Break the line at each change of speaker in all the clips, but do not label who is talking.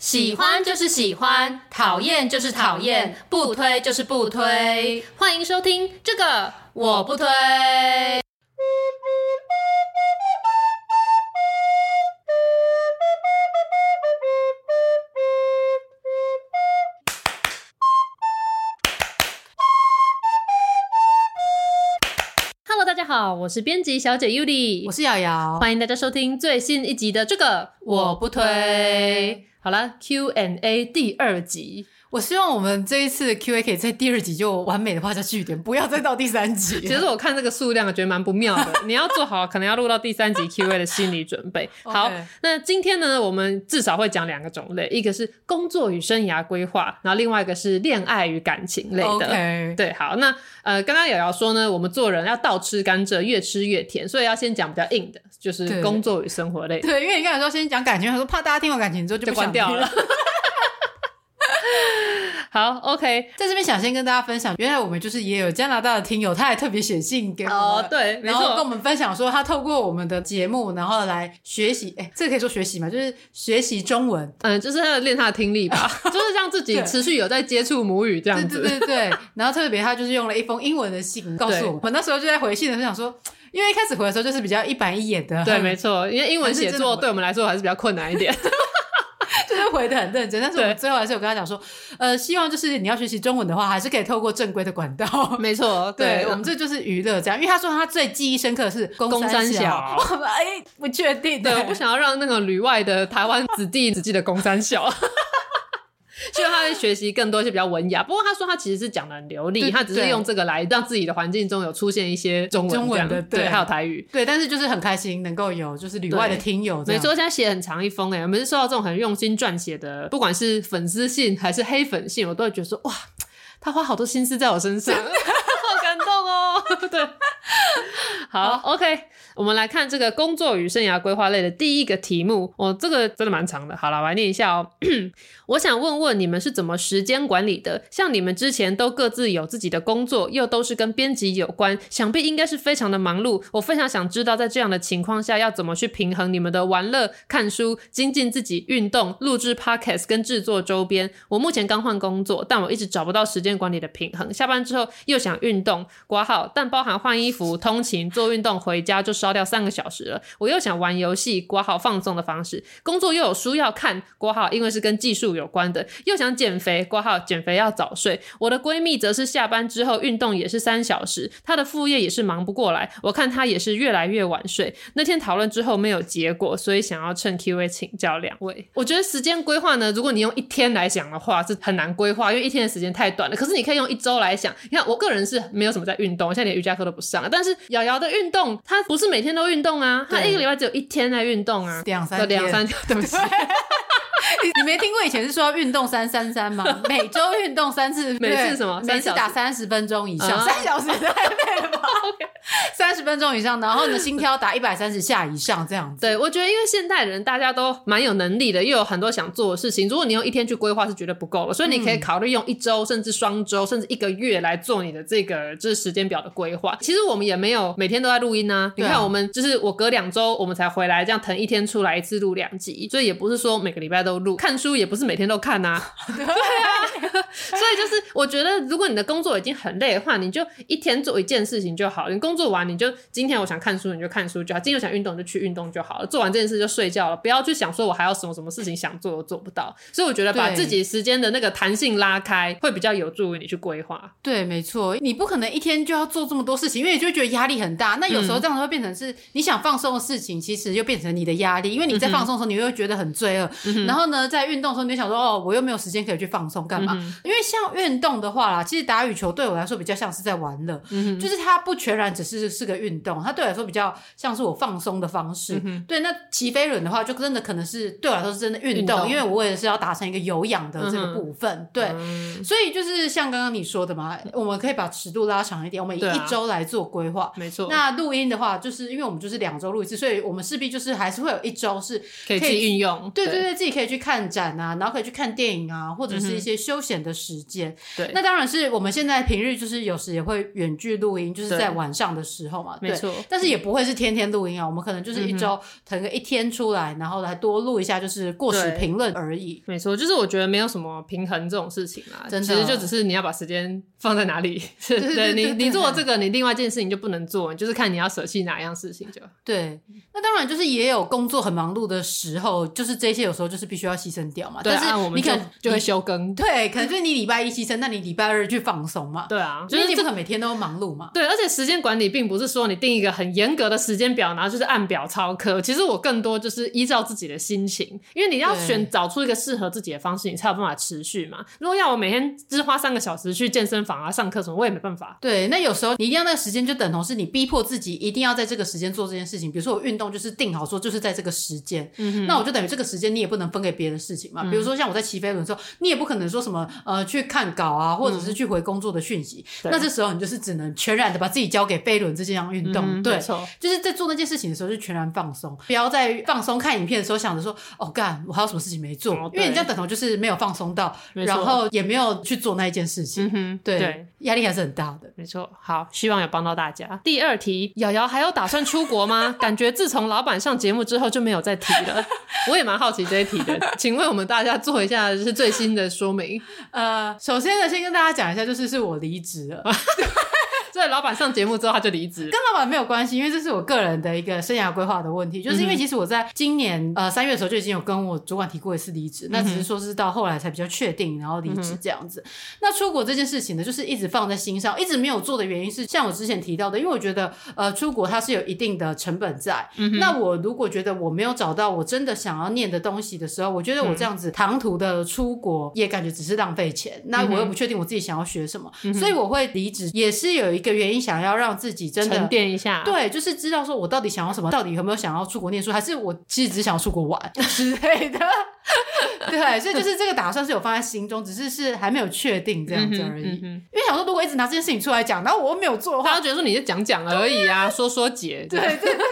喜欢就是喜欢，讨厌就是讨厌，不推就是不推。欢迎收听这个，我 不推。Hello，大家好，我是编辑小姐 Yuli，
我是瑶瑶，
欢迎大家收听最新一集的这个我不推。好了，Q&A 第二集，
我希望我们这一次 Q A 可以在第二集就完美的画下句点，不要再到第三集。
其实我看这个数量，我觉得蛮不 妙的。你要做好，可能要录到第三集 Q&A 的心理准备。好
OK，
那今天呢，我们至少会讲两个种类，一个是工作与生涯规划，然后另外一个是恋爱与感情类的。
OK，
对，好，那呃，刚刚瑶瑶说呢，我们做人要倒吃甘蔗，越吃越甜，所以要先讲比较硬的，就是
对
工作与生活 类的。
对，因为你刚才说先讲感情，我说怕大家听完感情之后就
就
不想
关掉
听
了。。好，OK，
在这边想先跟大家分享，原来我们就是也有加拿大的听友，他还特别写信给我们。
哦，对，没
然后跟我
错，
们分享说，他透过我们的节目，然后来学习，哎，这个可以说学习嘛，就是学习中文。
嗯，就是要练他的听力 吧，就是让自己
对
持续有在接触母语这样
对
子。
对对对，然后特别他就是用了一封英文的信告诉我们，我那时候就在回信的时候想说，因为一开始回的时候就是比较一板一眼的，
对，没错，因为英文写
还是真的
作
会
对我们来说还是比较困难一 点。
就是回的很认真，但是我们
对
最后还是有跟他讲说，呃，希望就是你要学习中文的话，还是可以透过正规的管 道。
没错，
对我
我
们
们
这就是娱乐这样，因为他说他最记忆深刻的是
公
三
三小
我们哎不确定，
对，我不。想要让那个旅外的台湾子弟只记得公 三小。希望他会学习更多一些比较文雅，不过他说他其实是讲的很流利，
对
他只是
对
用这个来让自己的环境中有出现一些中文
中文
这样
的
对，
对
还有台语，
对，但是就是很开心能够有就是旅外的
对
听友，
没错，，现在写很长一封哎、我们是收到这种很用心撰写的，不管是粉丝信还是黑粉信，我都会觉得说哇，他花好多心思在我身上，好感动哦。对，好 o k 我们来看这个工作与生涯规划类的第一个题目，哦，这个真的蛮长的。好了，我来念一下哦。我想问问你们是怎么时间管理的？像你们之前都各自有自己的工作，又都是跟编辑有关，想必应该是非常的忙碌。我非常想知道，在这样的情况下，要怎么去平衡你们的玩乐、看书、精进自己、运动、录制 podcast 跟制作周边。我目前刚换工作，但我一直找不到时间管理的平衡。下班之后又想运动，挂号，但包含换衣服、通勤、做运动、回家就烧掉三个小时了。我又想玩游戏，挂号放松的方式，工作又有书要看，括号因为是跟技术有关的，又想减肥，括号减肥要早睡。我的闺蜜则是下班之后运动也是三小时，她的副业也是忙不过来，我看她也是越来越晚睡。那天讨论之后没有结果，所以想要趁 Q&A 请教两位。我觉得时间规划呢，如果你用一天来想的话，是很难规划，因为一天的时间太短了。可是你可以用一周来想。你看，我个人是没有什么在运动，我现在连瑜伽课都不上了。但是瑶瑶的运动，她不是每天都运动啊，她
对
一个礼拜只有一天在运动啊，
两三
呃
天
两三天，对不起。
你你没听过以前是说要运动三三三 吗？每周运动三次，
每次
对
什么
每
三
次
小时
打三十分钟以上，
啊
三小时太累了 吧？三十分钟以上，然后呢，心跳打一百三十下以上这样子。
对，我觉得因为现代人大家都蛮有能力的，又有很多想做的事情。如果你用一天去规划是绝对不够了，所以你可以考虑用一周、甚至双周、甚至一个月来做你的这个就是时间表的规划。其实我们也没有每天都在录音啊，你
对啊
看我们就是我隔两周我们才回来，这样腾一天出来一次录两集，所以也不是说每个礼拜都录。看书也不是每天都看啊， 所以就是，我觉得如果你的工作已经很累的话，你就一天做一件事情就好。你工作完，你就今天我想看书，你就看书就好；今天我想运动，就去运动就好了。做完这件事就睡觉了，不要去想说我还有什么什么事情想做又做不到。所以我觉得把
对
自己时间的那个弹性拉开，会比较有助于你去规划。
对，没错，你不可能一天就要做这么多事情，因为你就会觉得压力很大。那有
嗯
时候这样会变成是你想放松的事情，其实就变成你的压力，因为你在
嗯
放松的时候，你又会觉得很罪恶。然后呢，在运动的时候，你就想说，哦，我又没有时间可以去放松，
嗯
干嘛？因为像运动的话啦，其实打羽球对我来说比较像是在玩乐，
嗯
就是它不全然只是是个运动，它对我来说比较像是我放松的方式。
嗯
对，那骑飞轮的话，就真的可能是对我来说是真的运
运
动，
动
因为我也是要达成一个有氧的这
嗯哼
个部分。对，所以就是像刚刚你说的嘛，我们可以把尺度拉长一点，我们以
对啊
一周来做规划。
没错，
那录音的话，就是因为我们就是两周录一次，所以我们势必就是还是会有一周是
可以
可
去
以
运用。
对对对，自己可以去看展啊，然后可以去看电影啊，或者是一些休休闲的时间。
嗯对，
那当然是我们现在平日就是有时也会远距录音，就是
对
在晚上的时候嘛，
没
对
错嗯
但是也不会是天天录音啊，我们可能就是一周腾个一天出来，然后来多录一下，就是过时
对
评论而已。
没错，就是我觉得没有什么平衡这种事情啦，
真的
其实就只是你要把时间放在 哪里。是
对对
对你
对
你
对
做这个，你另外一件事情就不能做，你就是看你要舍弃哪样事情
啊
就。
对，
嗯
那当然就是也有工作很忙碌的时候，就是这些有时候就是必须要牺牲掉嘛。
对啊，
但
我
是
们
你可
就
能
就会
你
休更。
对，可能就是你礼拜一牺牲，那你礼拜二去放松嘛。
对啊，就
因为
是
你
这
不可能每天都忙碌嘛。
对，而且时间管理并不是说你定一个很严格的时间表，然后就是按表操课。其实我更多就是依照自己的心情，因为你要
对
选找出一个适合自己的方式，你才有办法持续嘛。如果要我每天只花三个小时去健身房啊、上课什么，我也没办法。
对，那有时候你一定要那个时间，就等同是你逼迫自己一定要在这个时间做这件事情。比如说我运动就是定好说就是在这个时间，
嗯
那我就等于这个时间你也不能分给别的事情嘛。比如说像我在骑飞轮的时候，你也不可能说什么呃去看稿啊，或者是去回工作的讯息。
嗯对
那这时候你就是只能全然的把自己交给飞轮这项运动。
嗯
对
没，错，
就是在做那件事情的时候就全然放松，不要在放松看影片的时候想着说哦干，我还有什么事情没做，
哦
因为你
对
这样等同就是没有放松到，
没错
然后也没有去做那一件事情。
嗯哼，
对，
对
压力还是很大的。
没错，好，希望有帮到大家。第二题，瑶瑶还有打算出 国吗？感觉自从老板上节目之后就没有再提了。我也蛮好奇这一题的，请为我们大家做一下就是最新的说明。
呃，首先呢，先跟大家讲一下，就是是我离职了， 跟
所以老板上节目之后他就离职了，
老板没有关系，因为这是我个人的一个生涯规划的问题。就是因
嗯
为其实我在今年呃三月的时候就已经有跟我主管提过一次离职，那只
嗯
是说是到后来才比较确定，然后离职这样子。那出国这件事情呢，就是一直放在心上，一直没有做的原因是，像我之前提到的，因为我觉得呃出国它是有一定的成本在。那我如果觉得我没有找到我真的想要念的东西的时候，我觉得我这样子唐突的出国也感觉只是浪费钱。那我又不确定我自己想要学什么，所以我会离职，也是有一个原因，想要让自己真
沉
的。
淀一下。
对，就是知道说我到底想要什么，到底有没有想要出国念书，还是我其实只想要出国 玩之类的。对，所以就是这个打算是有放在心中，只是是还没有确定这样子而已。
嗯哼嗯
因为想说，如果一直拿这件事情出来讲，然后我又没有做的
大
话
家，觉得说你就讲讲而已啊，说说姐。对对对。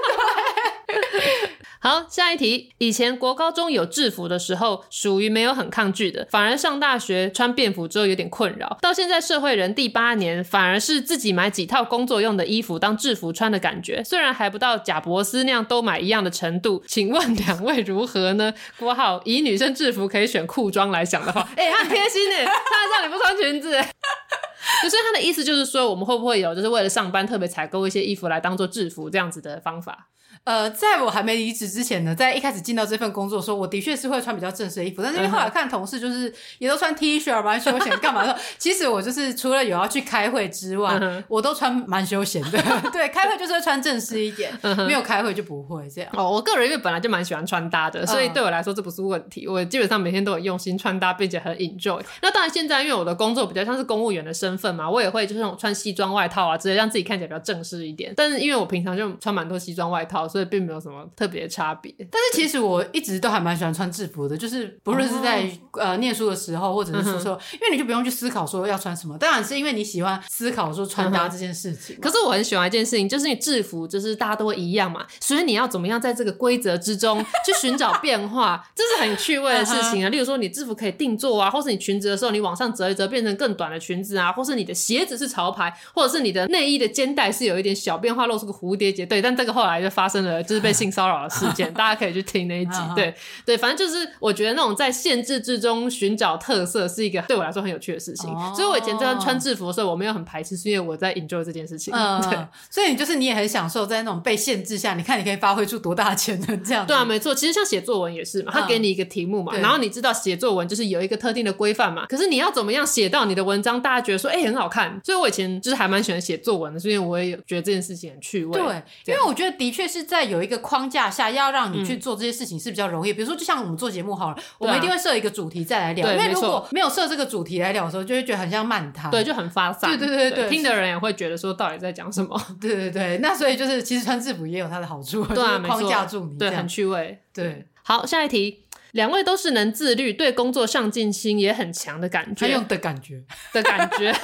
好，下一题。以前国高中有制服的时候，属于没有很抗拒的，反而上大学穿便服之后有点困扰。到现在社会人第八年，反而是自己买几套工作用的衣服当制服穿的感觉。虽然还不到贾伯斯那样都买一样的程度，请问两位如何呢？ 郭浩，以女生制服可以选裤装来想的 话，哎、他很贴心呢，他还让你不穿裙子。 就是他的意思，就是说我们会不会有，就是为了上班特别采购一些衣服来当做制服这样子的方法？
呃，在我还没离职之前呢，在一开始进到这份工作的时候，我的确是会穿比较正式的衣服，但是因
嗯
为后来看同事就是也都穿 T 恤啊蛮休闲，干嘛的时候，其实我就是除了有要去开会之外
嗯，哼
我都穿蛮休闲的。 对，开会就是会穿正式一点，
嗯
没有开会就不会这样。
哦，我个人因为本来就蛮喜欢穿搭的，所以对我来说这不是问题。我基本上每天都有用心穿搭，并且很 enjoy。那当然，现在因为我的工作比较像是公务员的身份嘛，我也会就是那种穿西装外套啊之类，让自己看起来比较正式一点。但是因为我平常就穿蛮多西装外套，所以并没有什么特别的差别。
但是其实我一直都还蛮喜欢穿制服的，就是不论是在、
哦
呃念书的时候，或者
嗯
是宿舍，因为你就不用去思考说要穿什么，当然是因为你喜欢思考说穿搭这件事情嘛。
嗯可是我很喜欢一件事情，就是你制服就是大家都会一样嘛，所以你要怎么样在这个规则之中去寻找变化，这是很趣味的
嗯
事情啊。例如说，你制服可以定做啊，或是你裙子的时候你往上折一折变成更短的裙子啊，或是你的鞋子是潮牌，或者是你的内衣的肩带是有一点小变化，露出个蝴蝶结。对，但这个后来就发生了就是被性骚扰的事 件，大家可以去听那一集
嗯。嗯
对对，反正就是我觉得那种在限制之中寻找特色是一个对我来说很有趣的事情。
哦
所以我以前在穿制服的时候我没有很排斥，是因为我在 enjoy 这件事情。对。
嗯，所以你就是你也很享受在那种被限制下，你看你可以发挥出多大的潜能这样子。
对啊，没错。其实像写作文也是嘛，他
嗯
给你一个题目嘛，
对
然后你知道写作文就是有一个特定的规范嘛。可是你要怎么样写到你的文章，大家觉得说，哎、很好看。所以我以前就是还蛮喜欢写作文的，是因为我也有觉得这件事情很趣味。
对，因为我觉得的确是在有一个框架下，要让你去
嗯
做这些事情是比较容易。比如说，就像我们做节目好了，我们一定会设一个主题再来聊。
啊对
因为
没
如
错
果没有设这个主题来聊的时候，就会觉得很像漫谈。
对，就很发散。
对对对对
听的人也会觉得说，到底在讲什么？
对对对，那所以就是其实穿制服也有它的好处，
对啊，
就是
没
框架
错
住你，这
对，
样
很趣味。
对，
好，下一题。两位都是能自律、对工作上进心也很强的感觉，
很有的感觉。
的感觉。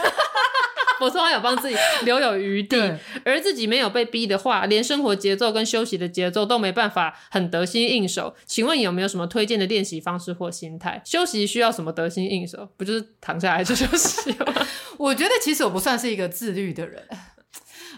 我通常有帮自己留有余地
对，
而自己没有被逼的话，连生活节奏跟休息的节奏都没办法很得心应手。请问有没有什么推荐的练习方式或心态？休息需要什么得心应手？不就是躺下来就休息吗？
我觉得其实我不算是一个自律的人。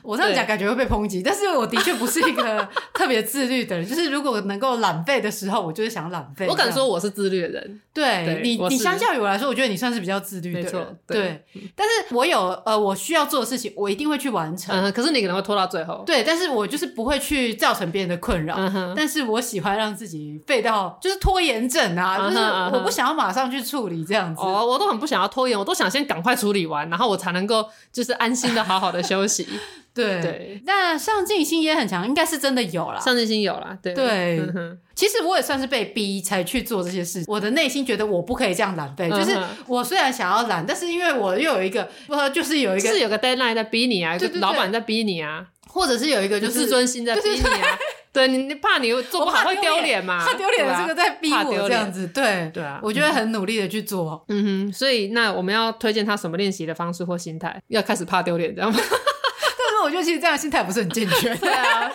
我这样讲
对
感觉会被抨击，但是我的确不是一 个特别自律的人。就是如果能够懒废的时候，我就是想懒废。
我敢
这样
说，我是自律的人，对
对你，
我
你
是
相较于我来说，我觉得你算是比较自律的
没错嗯
人。对，但是我有呃，我需要做的事情，我一定会去完成。
嗯，可是你可能会拖到最后。
对，但是我就是不会去造成别人的困扰。
嗯哼，
但是我喜欢让自己废到，就是拖延症啊，
嗯哼
就是
嗯哼
我不想要马上去处理这样子。
哦，我都很不想要拖延，我都想先赶快处理完，然后我才能够就是安心的好好的休息。
对
对
那上进心也很强，应该是真的有啦。
上进心有啦，对
对
嗯哼
其实我也算是被逼才去做这些事，我的内心觉得我不可以这样懒废，
嗯
就
哼
是我虽然想要懒，但是因为我又有一个，不就是有一
就
个
是，有个 deadline 在逼你啊，有
对
个
对对
老板在逼你啊，
或者是有一个
有
就是
自尊心在逼你啊， 对你你怕你做
我
不
怕
好会丢脸嘛，
怕丢脸
对
的
啊
这个在逼
怕
我
丢脸
这样子，对
对啊
我就会很努力的去 做。
嗯哼，所以那我们要推荐他什么练习的方式或心态？要开始怕丢脸，这样吗？
但是我觉得其实这样的心态不是很健全。
对啊，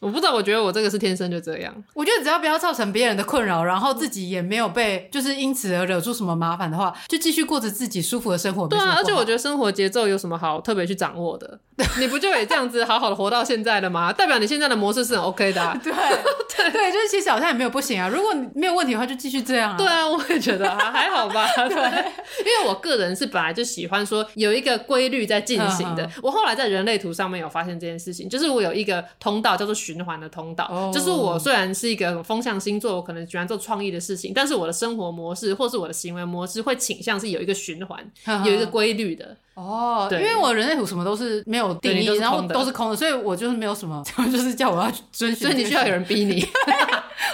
我不知道，我觉得我这个是天生就这样。
我觉得只要不要造成别人的困扰，然后自己也没有被就是因此而惹出什么麻烦的话，就继续过着自己舒服的生活。
对啊，而且我
得
觉得生活节奏有什么好特别去掌握的？ 你不就也这样子好好的活到现在了吗？代表你现在的模式是很 OK 的、啊。
对对 就是其实好像也没有不行啊。如果你没有问题的话，就继续这样、啊。
对啊，我也觉得、啊、还好 吧。对，因为我个人是本来就喜欢说有一个规律在进行的
嗯。
我后来在人类图上面有发现这件事情，就是我有一个通道叫做循环的通道，
哦
就是我虽然是一个风向星座，我可能喜欢做创意的事情，但是我的生活模式或是我的行为模式会倾向是有一个循环，
嗯
有一个规律的。
哦，因
对
为我人类图什么都是没有定
对你
义，
都是
然后
空的
都是空的，所以我就是没有什么， 就是叫我要去遵循。
所以你需要有，人 逼你，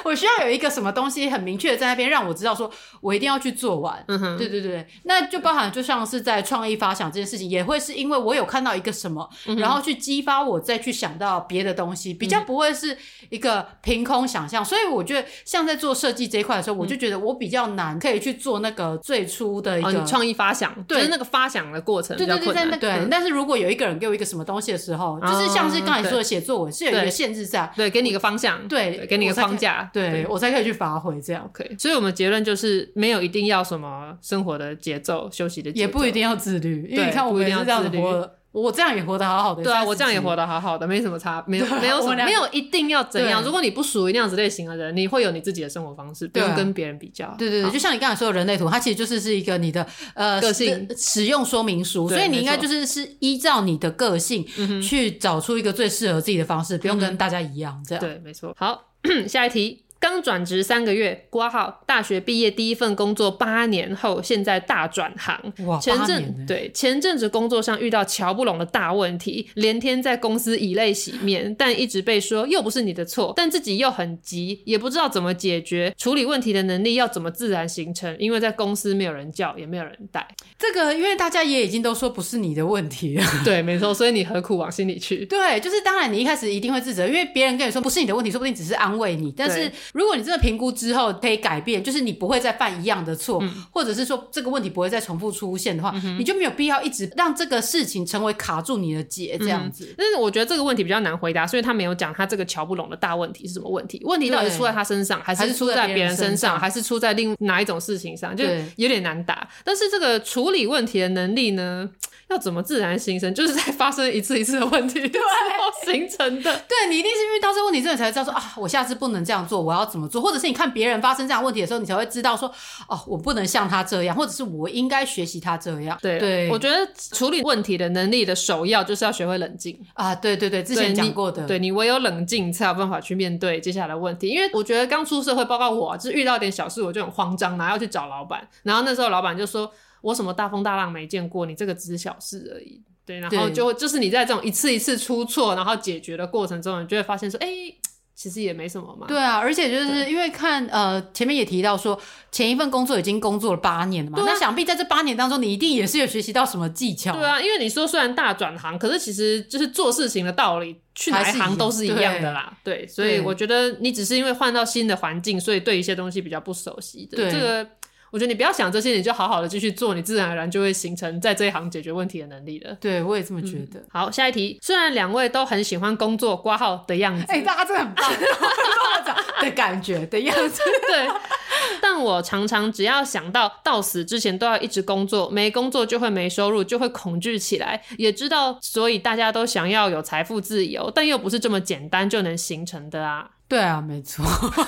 我需要有一个什么东西很明确的在那边，让我知道说我一定要去做完。
嗯哼，
对对对，那就包含就像是在创意发想这件事情，也会是因为我有看到一个什么，
嗯
然后去激发我再去想到别的东西，比较不会是一个凭空想象。所以我觉得像在做设计这一块的时候，我就觉得我比较难可以去做那个最初的一
嗯哦，
个
你创意发想，就
对
是那个发想的过程比
对
较
对对，
困
在那
难。
对
嗯，
但是如果有一个人给我一个什么东西的时候，
哦
就是像是刚才说的写作文是有一个限制在，
对，给你一个方向，
对
给你一个
我才可以
框架，
对我才可以去发挥这样，
OK，所以我们结论就是没有一定要什么生活的节奏、休息的节奏，
也不一。定要自律，因为
对
你看我
不一
们
定
也
要
是这样子
自律
活的，我这样也活得好好的，
对啊，
30
我这样也
集
活得好好的，没什么差，没 有
对啊
没有什
我
么，
们两
没
个
有一定要怎样。
对
如果你不属于那样子类型的人，你会有你自己的生活方式，不
对啊
用跟别人比较。
对对对，就像你刚才说的人类图，它其实就是是一个你的呃
个性
使使用说明书，
对
所以你应该
没
就
错嗯
是是依照你的个性去找出一个最适合自己的方式，不用跟大家一样这样。
对，没错。好， 下一题。刚转职三个月，挂号，大学毕业第一份工作八年后，现在大转行。
哇，
前
哦八年欸
阵
呢
对前阵子工作上遇到瞧不拢的大问题，连天在公司以泪洗面，但一直被说又不是你的错，但自己又很急，也不知道怎么解决，处理问题的能力要怎么自然形成？因为在公司没有人叫，也没有人 带。
这个，因为大家也已经都说不是你的问题了，
对，没错，所以你何苦往心里去？
对，就是当然你一开始一定会自责，因为别人跟你说不是你的问题，说不定只是安慰你。但是
对
如果你真的评估之后可以改变，就是你不会再犯一样的错，
嗯
或者是说这个问题不会再重复出现的话，你就没有必要一直让这个事情成为卡住你的结这
嗯
样子。
但是我觉得这个问题比较难回答，所以他没有讲他这个瞧不拢的大问题是什么问题，问题到底
对
出在他身上，还
还
是
是
出
出在
在
别
别
人
人
身
身上，
上
还是出在另哪一种事情上，就
对
有点难答。但是这个处理问题的能力呢，要怎么自然形成，就是在发生一次一次的问题 之后形成的。
对你一定是遇到这个问题之后，你才会知道说啊，我下次不能这样做，我要怎么做？或者是你看别人发生这样的问题的时候，你才会知道说哦，我不能像他这样，或者是我应该学习他这样。
对，
对，
我觉得处理问题的能力的首要就是要学会冷静。
啊，对对对，之
对
前
你
讲过的，
对你唯有冷静才有办法去面对接下来的问题。因为我觉得刚出社会，包括我啊，就是遇到点小事我就很慌张，然后要去找老板，然后那时候老板就说我什么大风大浪没见过，你这个只是小事而已。对，然后
对
就就是你在这种一次一次出错，然后解决的过程中，你就会发现说，哎、其实也没什么嘛。
对啊，而且就是因为看呃，前面也提到说，前一份工作已经工作了八年了嘛，
对啊
那想必在这八年当中，你一定也是有学习到什么技巧。
对，啊，因为你说虽然大转行，可是其实就是做事情的道理，去哪
还
一
是
行
一
都是一
对
样的啦。对，所以
对
我觉得你只是因为换到新的环境，所以对一些东西比较不熟悉的，
对
这个我觉得你不要想这些，你就好好的继续做，你自然而然就会形成在这一行解决问题的能力了。
对我也这么觉得。
好，下一题。虽然两位都很喜欢工作挂号的样子，
哎、大家真的很 棒，我跟我讲的感觉的样子。
对，但我常常只要想到到死之前都要一直工作，没工作就会没收入，就会恐惧起来。也知道，所以大家都想要有财富自由，但又不是这么简单就能形成的啊。
对啊，没错。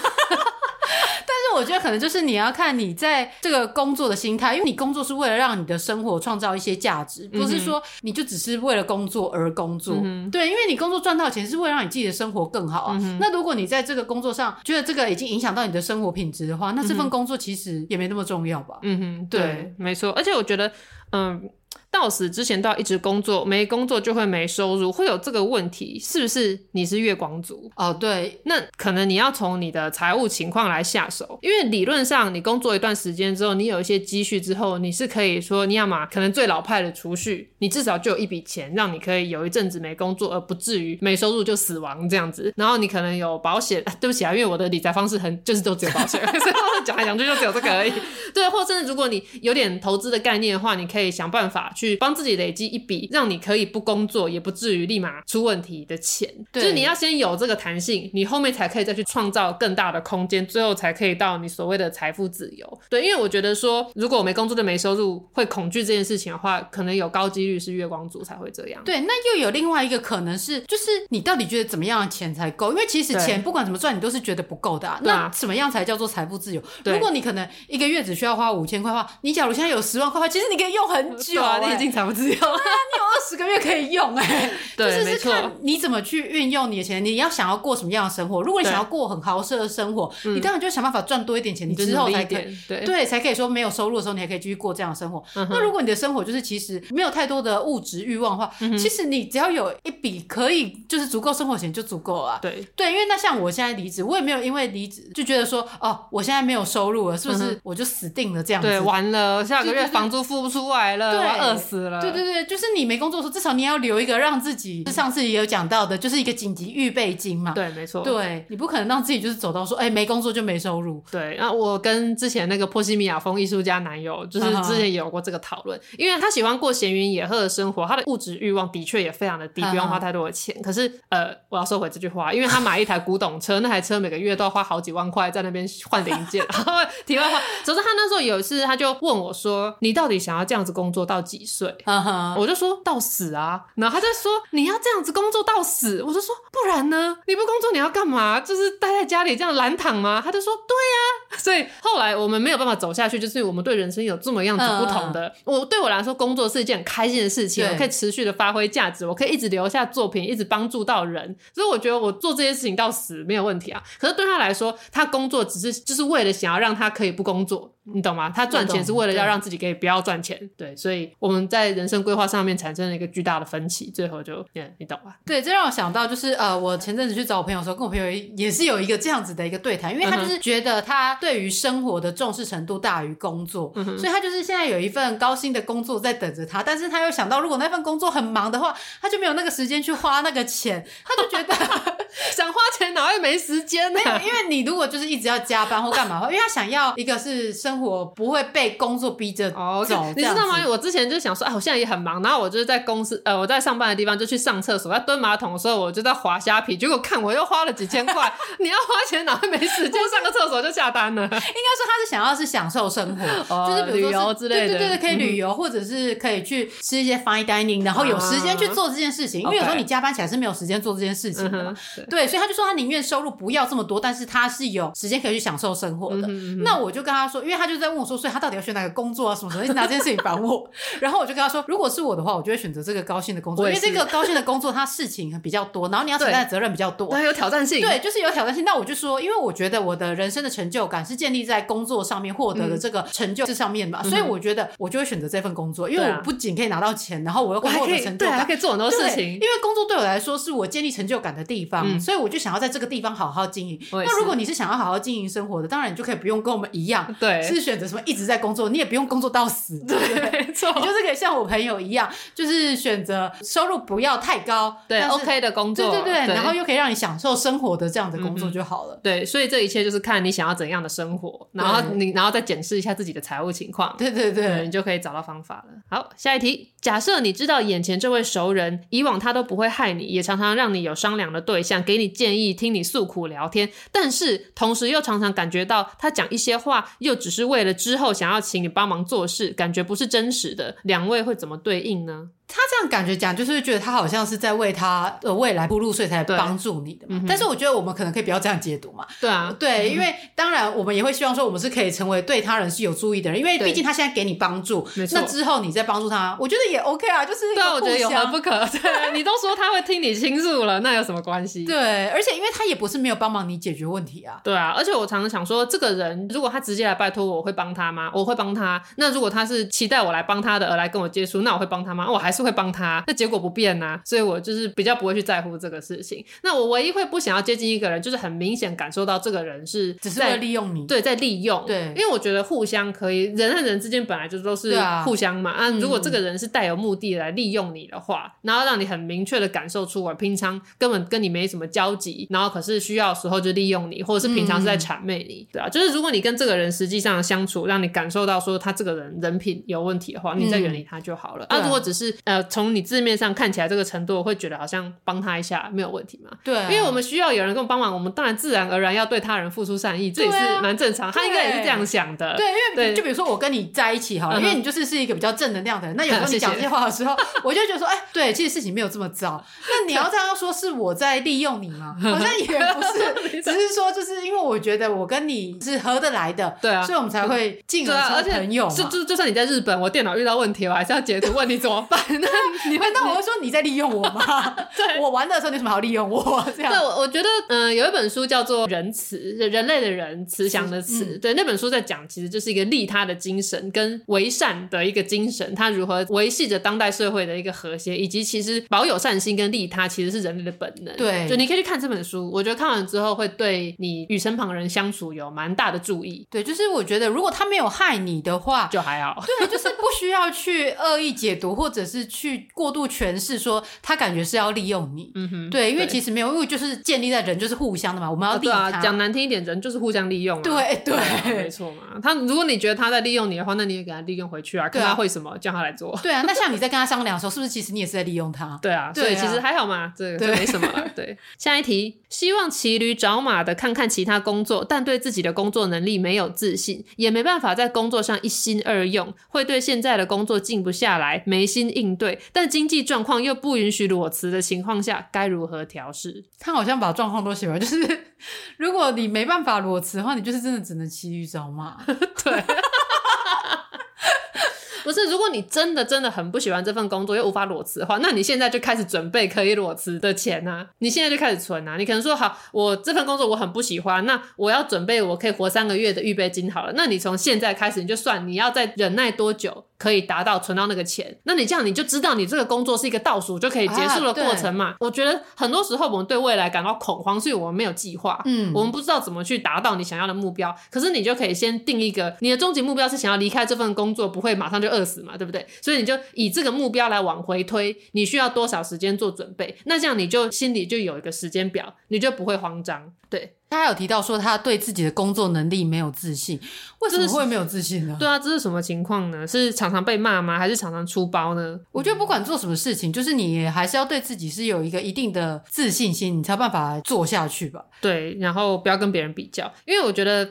但是我觉得可能就是你要看你在这个工作的心态，因为你工作是为了让你的生活创造一些价值，不是说你就只是为了工作而工作。对，因为你工作赚到钱是为了让你自己的生活更好啊。那如果你在这个工作上觉得这个已经影响到你的生活品质的话，那这份工作其实也没那么重要吧？
嗯哼，
对
对，没错。而且我觉得，嗯，到死之前都要一直工作，没工作就会没收入，会有这个问题，是不是？你是月光族？
哦，对，
那可能你要从你的财务情况来下手，因为理论上你工作一段时间之后，你有一些积蓄之后，你是可以说你要嘛可能最老派的储蓄，你至少就有一笔钱，让你可以有一阵子没工作，而不至于没收入就死亡这样子。然后你可能有保险，对不起啊，因为我的理财方式很就是都只有保险，所以我讲来讲去就只有这个而已。对，或甚至如果你有点投资的概念的话，你可以想办法去帮自己累积一笔，让你可以不工作也不至于立马出问题的钱。
对
就是你要先有这个弹性，你后面才可以再去创造更大的空间，最后才可以到你所谓的财富自由。对，因为我觉得说，如果我没工作就没收入，会恐惧这件事情的话，可能有高几率是月光族才会这样。
对，那又有另外一个可能是，就是你到底觉得怎么样的钱才够？因为其实
对
钱不管怎么赚，你都是觉得不够的、啊。
对啊
那怎么样才叫做财富自由？
对
如果你可能一个月只需要花五千块的话，你假如现在有十万块的话，其实你可以用很久、
对啊，
欸
你已经财富自由
你
了。
有二十个月可以用哎、欸
对
就是
没
是
错
看你怎么去运用你的钱，你要想要过什么样的生活。如果你
对嗯
想要过很豪奢的生活，你当然就想办法赚多一点钱，你之后才可以
以对
对，才可以说没有收入的时候，你还可以继续过这样的生活。
嗯
那如果你的生活就是其实没有太多的物质欲望的话，
嗯
其实你只要有一笔可以就是足够生活钱就足够了啊。
对
对，因为那像我现在离职，我也没有因为离职就觉得说哦，我现在没有收入了，是不是我就死定了这样子？
嗯对，完了，下个
对
月
对对
房租付不出来了，
对
我要饿死了。
对对对，就是你没工作的时候，至少你要留一个让自己，上次也有讲到的，就是一个紧急预备金嘛。
对，没错。
对，你不可能让自己就是走到说，哎、没工作就没收入。
对，那我跟之前那个波西米亚风艺术家男友，就是
嗯哼
之前也有过这个讨论，因为他喜欢过闲云野鹤的生活，他的物质欲望的确也非常的低，
嗯哼
不用花太多的钱。可是，呃，我要收回这句话，因为他买一台古董车，那台车每个月都要花好几万块在那边换零件。 然后题外话，总之他那时候有一次他就问我说：“你到底想要这样子工作到几岁？”
嗯哼，
我就说到死啊，然后他就说你要这样子工作到死，我就说不然呢？你不工作你要干嘛？就是待在家里这样懒躺吗？他就说对呀、啊 所以后来我们没有办法走下去，就是我们对人生有这么样子不同的。我对我来说，工作是一件很开心的事情，
对
我可以持续的发挥价值，我可以一直留下作品，一直帮助到人，所以我觉得我做这些事情到死没有问题啊。可是对他来说，他工作只是就是为了想要让他可以不工作，你懂吗？他赚钱是为了要让自己可以不要赚钱，对，所以我们在人生规划上面产生了一个巨大的分歧，最后就，嗯，你懂吧？
对，这让我想到就是呃，我前阵子去找我朋友的时候，跟我朋友也是有一个这样子的一个对谈，因为
嗯
他就是觉得他对于生活的重视程度大于工作，
嗯
所以他就是现在有一份高薪的工作在等着他，但是他又想到如果那份工作很忙的话，他就没有那个时间去花那个钱，他就觉得
想花钱哪会没时间呢、
没有，因为你如果就是一直要加班或干嘛的话，因为他想要一个是生活不会被工作逼着
哦
走，
，OK，你知
这样
道
子
吗？我之前就想说，啊，我现在也很忙，然后我就是在公司，呃，我在上班的地方就去上厕所，在蹲马桶的时候，我就在滑虾皮，结果看我又花了几千块， 你要花钱哪会没时间上个厕所就下单了？
应该说他是想要是享受生活，
哦
就是比如说
旅
是
游之类的
对对对，可以旅游，或者是可以去吃一些 fine dining，然后有时间去做这件事情，因为有时候
OK
你加班起来是没有时间做这件事情
嗯
的
哼
嘛。，对，所以他就说他宁愿收入不要这么多，但是他是有时间可以去享受生
嗯
活的。那我就跟他说，因为他就在问我说，所以他到底要选哪个工作啊，什么什么，一直拿这件事情烦 我。然后我就跟他说，如果是我的话，我就会选择这个高薪的工作，
我
因
也
为
是
这个高薪的工作它事情比较多，然后你要承担的责任比较多。
对，有挑战性，
对，就是有挑战性。那我就说，因为我觉得我的人生的成就感是建立在工作上面获得的这个成就这上面嘛，所以我觉得我就会选择这份工作，因为
对啊
我不仅可以拿到钱，然后我又
我
工
还
作
可
的
以
成就
对，还
感
可。以做很多
对啊
事情
因。为工作对我来说是我建立成就感的地方，
嗯
所以我就想要在这个地方好好经营。
我也
那
是
如果你是想要好好经营生活的，当然你就可以不用跟我们一样，
对，
是是选择什么一直在工作，你也不用工作到死，对不对？
没错
你就是可以像我朋友一样，就是选择收入不要太高，
对
但是
，OK 的工
对
作，嗯
对对，然后又可以让你享受生活的这样的工作就好了。
对，所以这一切就是看你想要怎样的生活，然后
对
你然后再检视一下自己的财务情况，
对对
对，
对
你就可以找到方法了。好，下一题，假设你知道眼前这位熟人，以往他都不会害你，也常常让你有商量的对象，给你建议，听你诉苦聊天，但是同时又常常感觉到他讲一些话，又只是为了之后想要请你帮忙做事，感觉不是真实的。两位会怎么对应呢？
他这样感觉讲，就是觉得他好像是在为他呃未来铺路，所以才
对嗯
帮助你的嘛。但是我觉得我们可能可以不要这样解读嘛。
对啊，
对，因为当然我们也会希望说，我们是可以成为对他人是有注意的人，因为
对
毕竟他现在给你帮助
没，错
那之后你再帮助他，我觉得也 OK 啊，就是一
对啊，
个
我觉得有
互
何
相
不可？ 对，啊你都说他会听你倾诉了，那有什么关系？
对，而且因为他也不是没有帮忙你解决问题啊，
对啊，而且我常常想说，这个人如果他直接来拜托我，我会帮他吗？我会帮他。那如果他是期待我来帮他的，而来跟我接触，那我会帮他吗？哦我还是会帮他，那结果不变呐、所以我就是比较不会去在乎这个事情。那我唯一会不想要接近一个人，就是很明显感受到这个人是
只是为了
在
利用你。
对，在利用。
对
因为我觉得互相可以，人和人之间本来就都是
对啊
互相嘛。啊，如果
嗯
这个人是带有目的来利用你的话，然后让你很明确的感受出我平常根本跟你没什么交集，然后可是需要的时候就利用你，或者是平常
嗯
是在谄媚你，对啊。就是如果你跟这个人实际上的相处，让你感受到说他这个人人品有问题的话，你再远离他就好了。
对
啊，
啊
如果只是呃从你字面上看起来这个程度，我会觉得好像帮他一下没有问题嘛。
对啊，
因为我们需要有人跟我帮忙，我们当然自然而然要对他人付出善意，这也
对啊
是蛮正常。他应该也是这样想的。
对，因为
对
就比如说我跟你在一起好了，
嗯哼
因为你就是是一个比较正能量的人，那有时候
谢
你
谢
讲这些话的时候，我就觉得说，哎，对，其实事情没有这么糟。那你要这样说，是我在利用你吗？好像也不 是，只是说就是因为我觉得我跟你是合得来的，
对啊
所以我们才会进
对啊，
而
而
成
且
朋友嘛。
就就就算你在日本，我电脑遇到问题，我还是要截图问你怎么办。那你
你
会
会，那我会说你在利用我吗？
对
我玩的时候你有什么好利用我？这样
对，我我觉得，嗯、有一本书叫做《仁慈》，人类的人，慈祥的慈。对，那本书在讲，其实就是一个利他的精神跟为善的一个精神，它如何维系着当代社会的一个和谐，以及其实保有善心跟利他，其实是人类的本能。
对
就你可以去看这本书，我觉得看完之后会对你与身旁人相处有蛮大的注意，
对，就是我觉得如果他没有害你的话，
就还好。
对， 就是不需要去恶意解读，或者是去过度诠释，说他感觉是要利用你。
嗯哼，
对，因为
对
其实没有，因为就是建立在人就是互相的嘛，我们要
啊
利
对
他。
啊，讲难听一点，人就是互相利用、啊。
对对
啊没错嘛。他如果你觉得他在利用你的话，那你也给他利用回去啊，看
对啊
他会什么，叫他来做。
对啊，那像你在跟他商量的时候，是不是其实你也是在利用他？
对啊，
对
所以
啊
其实还好嘛，这个
对
这没什么 啦。对，下一题，希望骑驴找马的看看其他工作，但对自己的工作能力没有自信，也没办法在工作上一心二用，会对现在的工作静不下来，没心应对，但经济状况又不允许裸辞的情况下，该如何调试？
他好像把状况都写完，就是 如果你没办法裸辞的话，你就是真的只能骑驴找马。
不是，如果你真的真的很不喜欢这份工作，又无法裸辞的话，那你现在就开始准备可以裸辞的钱啊！你现在就开始存啊！你可能说好，我这份工作我很不喜欢，那我要准备我可以活三个月的预备金好了。那你从现在开始，你就算你要再忍耐多久可以达到存到那个钱，那你这样你就知道你这个工作是一个倒数就可以结束的
啊对
过程嘛。我觉得很多时候我们对未来感到恐慌，所以我们没有计划。
嗯
我们不知道怎么去达到你想要的目标，可是你就可以先定一个，你的终极目标是想要离开这份工作，不会马上就饿死嘛，对不对？所以你就以这个目标来往回推，你需要多少时间做准备？那这样你就心里就有一个时间表，你就不会慌张。对，
他还有提到说他对自己的工作能力没有自信，为什么会没有自信呢？
对啊，这是什么情况呢？是常常被骂吗？还是常常出包呢？
我觉得不管做什么事情，就是你也还是要对自己是有一个一定的自信心，你才有办法做下去吧。
对，然后不要跟别人比较，因为我觉得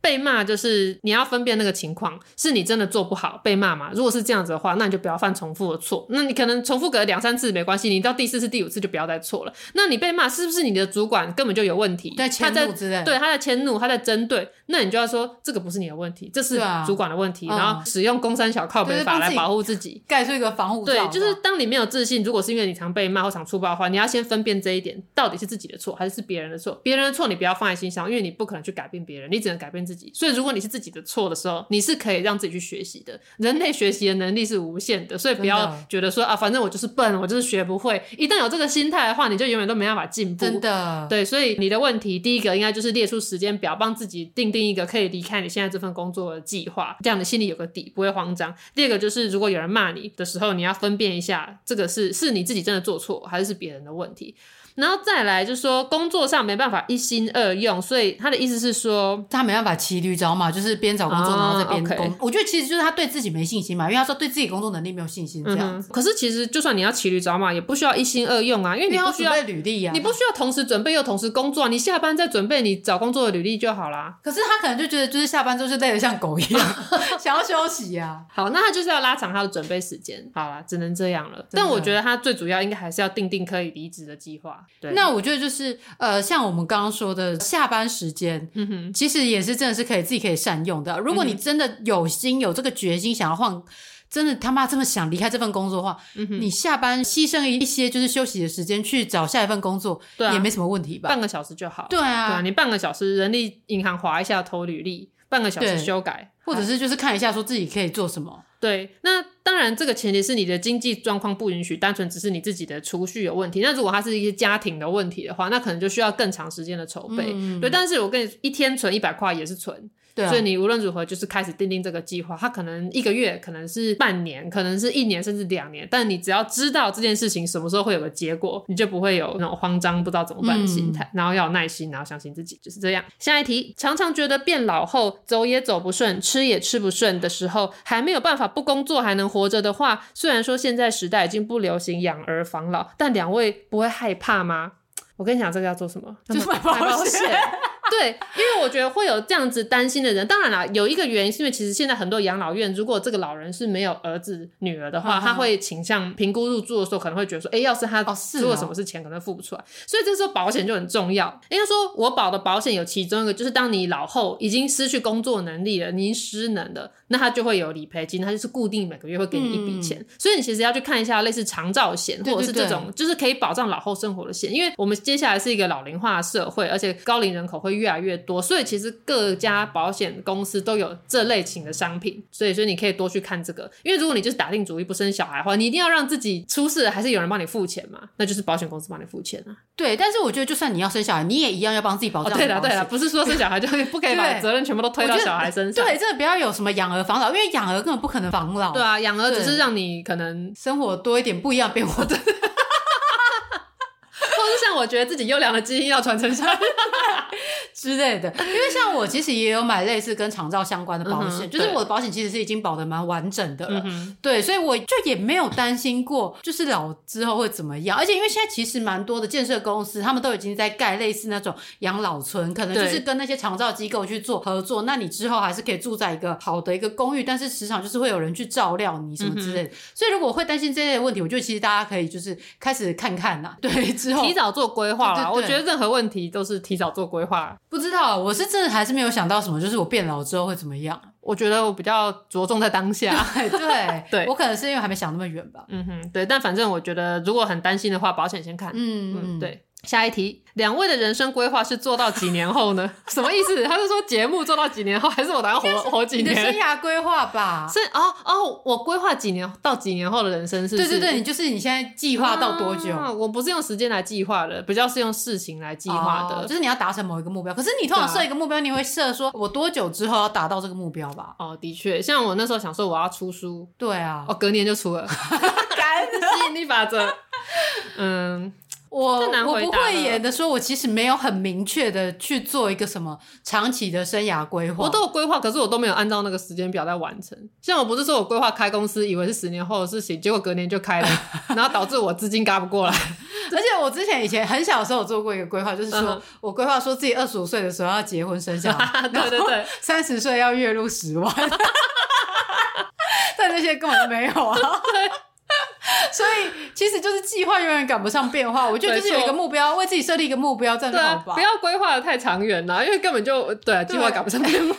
被骂就是你要分辨那个情况，是你真的做不好被骂嘛？如果是这样子的话，那你就不要犯重复的错。那你可能重复个两三次没关系，你到第四次、第五次就不要再错了。那你被骂是不是你的主管根本就有问题？
对
他
迁
在
怒之类的
对，他在迁怒，他在针对，那你就要说这个不是你的问题，这是
对啊
主管的问题，
嗯
然后使用公三小靠
对
北
对
法
帮
来
自己
保护自己。
盖出一个防护罩
对，
吧，
就是当你没有自信，如果是因为你常被骂或常粗暴的话，你要先分辨这一点，到底是自己的错还是是别人的错。别人的错你不要放在心上，因为你不可能去改变别人，你只能改变自己。所以如果你是自己的错的时候，你是可以让自己去学习的。人类学习的能力是无限的，所以不
真
要
的
觉得说啊，反正我就是笨，我就是学不会。一旦有这个心态的话，你就永远都没办法进步。
真的，
对，所以你的问题第一个应该就是列出时间表，帮自己定定一个可以离开你现在这份工作的计划，这样你心里有个底，不会慌张。第二个就是，如果有人骂你的时候，你要分辨一下，这个是是你自己真的做错，还是是别人的问题。然后再来就是说，工作上没办法一心二用，所以他的意思是说，
他没办法骑驴找马，就是边找工作，
哦
然后再边
OK
工。我觉得其实就是他对自己没信心嘛，因为他说对自己工作能力没有信心这
嗯
样
哼
子，，
可是其实就算你要骑驴找马，也不需要一心二用啊，因为
因
你
为
不
他
需
准
要。
备履历啊，
你不需要同时准备又同时工作啊，你下班再准备你找工作的履历就好啦。
可是他可能就觉得，就是下班之后就累得像狗一样， 想要休息啊呀、
好，那他就是要拉长他的准备时间。好啦，只能这样了。
真的
但我觉得他最主要应该还是要定定可以离职的计划。对，
那我觉得就是，呃，像我们刚刚说的，下班时间，
嗯哼，嗯
其实也是真的是可以自己可以善用的。啊如果你真的有心有这个决心，想要换，真的他妈这么想离开这份工作的话，
嗯
你下班牺牲一些就是休息的时间去找下一份工作，
对啊
也没什么问题吧？
半个小时就好。
对
对啊，
啊，
你半个小时人力银行划一下投履历，半个小时
对
修改，
或者
啊
是就是看一下说自己可以做什么。
对。那当然，这个前提是你的经济状况不允许，单纯只是你自己的储蓄有问题。那如果它是一些家庭的问题的话，那可能就需要更长时间的筹备。
嗯
对，但是我跟你一天存一百块也是存，
对啊
所以，你无论如何就是开始定定这个计划，它可能一个月，可能是半年，可能是一年，甚至两年。但你只要知道这件事情什么时候会有个结果，你就不会有那种慌张不知道怎么办的心态。
嗯
然后要有耐心，然后相信自己，就是这样。下一题，常常觉得变老后走也走不顺，吃也吃不顺的时候，还没有办法不工作还能活着的话，虽然说现在时代已经不流行养儿防老，但两位不会害怕吗？我跟你讲，这个要做什么？
就是买
买
保
保
险
险。 对，因为我觉得会有这样子担心的人，当然啦，有一个原因是因为其实现在很多养老院，如果这个老人是没有儿子女儿的话，
嗯哼
他会倾向评估入住的时候可能会觉得说，哎、要是他
哦是
出了
哦
什么事钱，可能付不出来，所以这时候保险就很重要。应该说，我保的保险有其中一个就是，当你老后已经失去工作能力了，你已经失能了，那他就会有理赔金，他就是固定每个月会给你一笔钱，所以你其实要去看一下类似长照险
对
或者是
对
这
对
种就是可以保障老后生活的险，因为我们接下来是一个老龄化社会，而且高龄人口会越来越多，所以其实各家保险公司都有这类型的商品，所以所以你可以多去看这个，因为如果你就是打定主意不生小孩的话，你一定要让自己出事了还是有人帮你付钱嘛，那就是保险公司帮你付钱啊。
对，但是我觉得就算你要生小孩，你也一样要帮自己保
哦，
障。
对了对了，，不是说生小孩就不可以把
对
责任全部都推
我
到
觉得
小孩身上，
对，真的不要有什么养儿防老，因为养儿根本不可能防老。
啊对啊，养儿只是
对
让你可能，
生活多一点不一样 变化。
或是像我觉得自己优良的基因要传承下去，
之类的。因为像我其实也有买类似跟长照相关的保险，
嗯哼
就是
对嗯
我的保险其实是已经保的蛮完整的了。
哼
对，所以我就也没有担心过，就是老之后会怎么样。而且因为现在其实蛮多的建设公司，他们都已经在盖类似那种养老村，可能就
对
是跟那些长照机构去做合作。那你之后还是可以住在一个好的一个公寓，但是时常就是会有人去照料你什么之类
嗯
的。所以如果会担心这类的问题，我觉得其实大家可以就是开始看看呐、对，之后
提早做规划
哦
啦。
对
我
对
觉
对
得任何问题都是提早做规划，
不知道，我是真的还是没有想到什么，就是我变老之后会怎么样。
我觉得我比较着重在当下。
对哎对
对
我可能是因为还没想那么远吧。
嗯哼，对，但反正我觉得如果很担心的话，保险先看。
嗯
嗯，，对。下一题，两位的人生规划是做到几年后 呢？什么意思？他是说节目做到几年后，还是我打算活活几
你的生
年？
涯规划吧。
是哦哦，我规划几年到几年后的人生是不
对
是？
对对，你就是你现在计划到多久？
啊我不是用时间来计划的，比较是用事情来计划的。
哦就是你要达成某一个目标。可是你通常设一个目标，你会设说
啊
我多久之后要达到这个目标吧？
哦，的确，像我那时候想说我要出书，
对啊
哦，，隔年就出 了
干
吸引力法则。 嗯，
我
太难
我
回
不
答
会
了
演的说，我其实没有很明确的去做一个什么长期的生涯规划。
我都有规划，可是我都没有按照那个时间表在完成。像我不是说我规划开公司，以为是十年后的事情，结果隔年就开 了，然后导致我资金嘎不过来。
而且我之前以前很小的时候有做过一个规划，就是说
嗯哼
我规划说自己二十五岁的时候要结婚生小孩，
对 对啊对，
三十岁要月入十万， 但那些根本就没有 啊。所以其实就是计划永远赶不上变化，我觉得就是有一个目标，为自己设立一个目标，这样就
对
好
啊，
吧。
不要规划的太长远啦，因为根本就对啊计划赶不上变 化。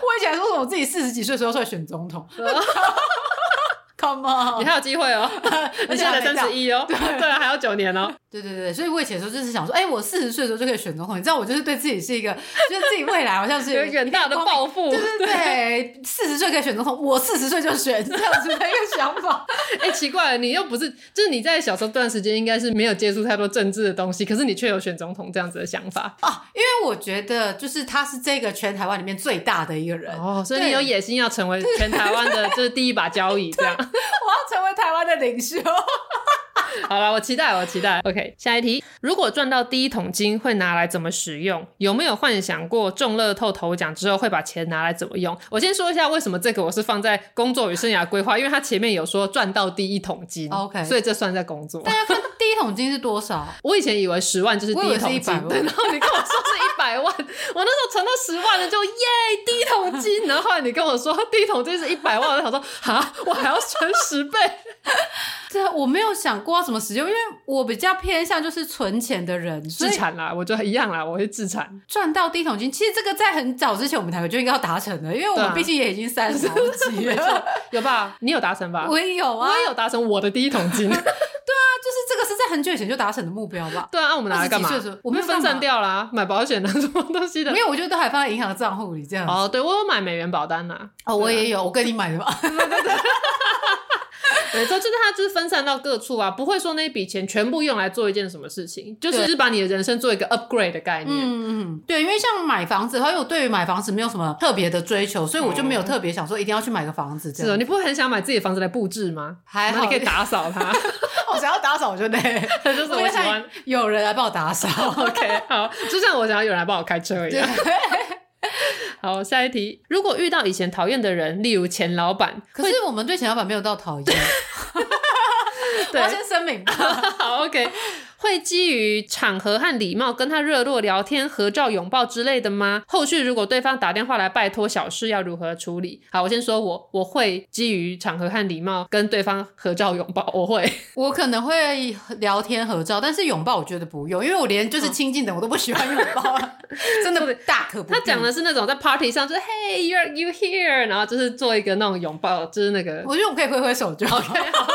我以前说什么自己四十几岁的时候会选总统， ，Come
啊你
on！
还有机会 哦，
而
你现在才
且还没到
三十一哦，对啊，还有九年哦。
对对对，所以我以前的时候就是想说，哎、我四十岁的时候就可以选总统，你知道，我就是对自己是一个，就是自己未来好像是
有远大的抱 负。
对对对，四十岁可以选总统，我四十岁就选，这样子的一个想法。
哎、奇怪了，你又不是，就是你在小时候段时间应该是没有接触太多政治的东西，可是你却有选总统这样子的想法
哦，因为我觉得就是他是这个全台湾里面最大的一个人，
哦，所以你有
对
野心要成为全台 湾的就是第一把交椅这样。
我要成为台湾的领袖。
好了，我期待，我期待。OK，下一题，如果赚到第一桶金，会拿来怎么使用？有没有幻想过中乐透头奖之后会把钱拿来怎么用？我先说一下为什么这个我是放在工作与生涯规划，因为它前面有说赚到第一桶金
OK
所以这算在工作。
大家看第一桶金是多少？
我以前以为十万就是第
我以
一
为是
桶金，
100
对，然后你跟我说是一百万，我那时候存到十万了就耶第一桶金，然后后来你跟我说第一桶金是一百万，我就想说啊，我还要存十倍，
这我没有想过要怎么使用，因为我比较偏向就是存钱的人， 所
自
以
产啦，我就一样啦，我会自产，
赚到第一桶金，其实这个在很早之前我们台湾就应该要达成的，因为我
对啊
们毕竟也已经三十好几了。
有吧？你有达成吧？
我也有啊，
我也有达成我的第一桶 金，
那就是这个是在很久以前就达成的目标吧？
对啊，那我们拿来干嘛
二十几岁的时候？我
我
没
们
有
分
干
散
嘛
掉啦，买保险啊，什么东西的
没。有，我觉得都还放在银行账户里这样。
哦，对，我有买美元保单呐、
哦，我也有，我跟你买的吧？
没错，就是它就是分散到各处啊，不会说那一笔钱全部用来做一件什么事情，就是是把你的人生做一个 upgrade 的概念。
嗯，嗯，对，因为像买房子的话，因为我对于买房子没有什么特别的追求，所以我就没有特别想说一定要去买个房子这
哦是哦，
样。
你不会很想买自己的房子来布置吗？
还
然后
好
你可以打扫它，
我想要打扫，我 就得
就是我喜欢。
有人来帮我打 扫。
OK，好，就像我想要有人来帮我开车一样。 好，下一题，如果遇到以前讨厌的人，例如前老 板，
可是我们对钱老板没有到讨厌，我
对
要，先声明吧。
好 OK，会基于场合和礼貌跟他热络聊天、合照、拥抱之类的吗？后续如果对方打电话来拜托小事，要如何处理？好，我先说我我会基于场合和礼貌跟对方合照、拥抱，我会。
我可能会聊天合照，但是拥抱我觉得不用，因为我连
哦
就是亲近的我都不喜欢拥抱啊， 真的大可不必。
他讲的，是那种在 party 上就是 Hey you're you here，然后就是做一个那种拥抱，就是那个
我觉得我可以挥挥手就好了。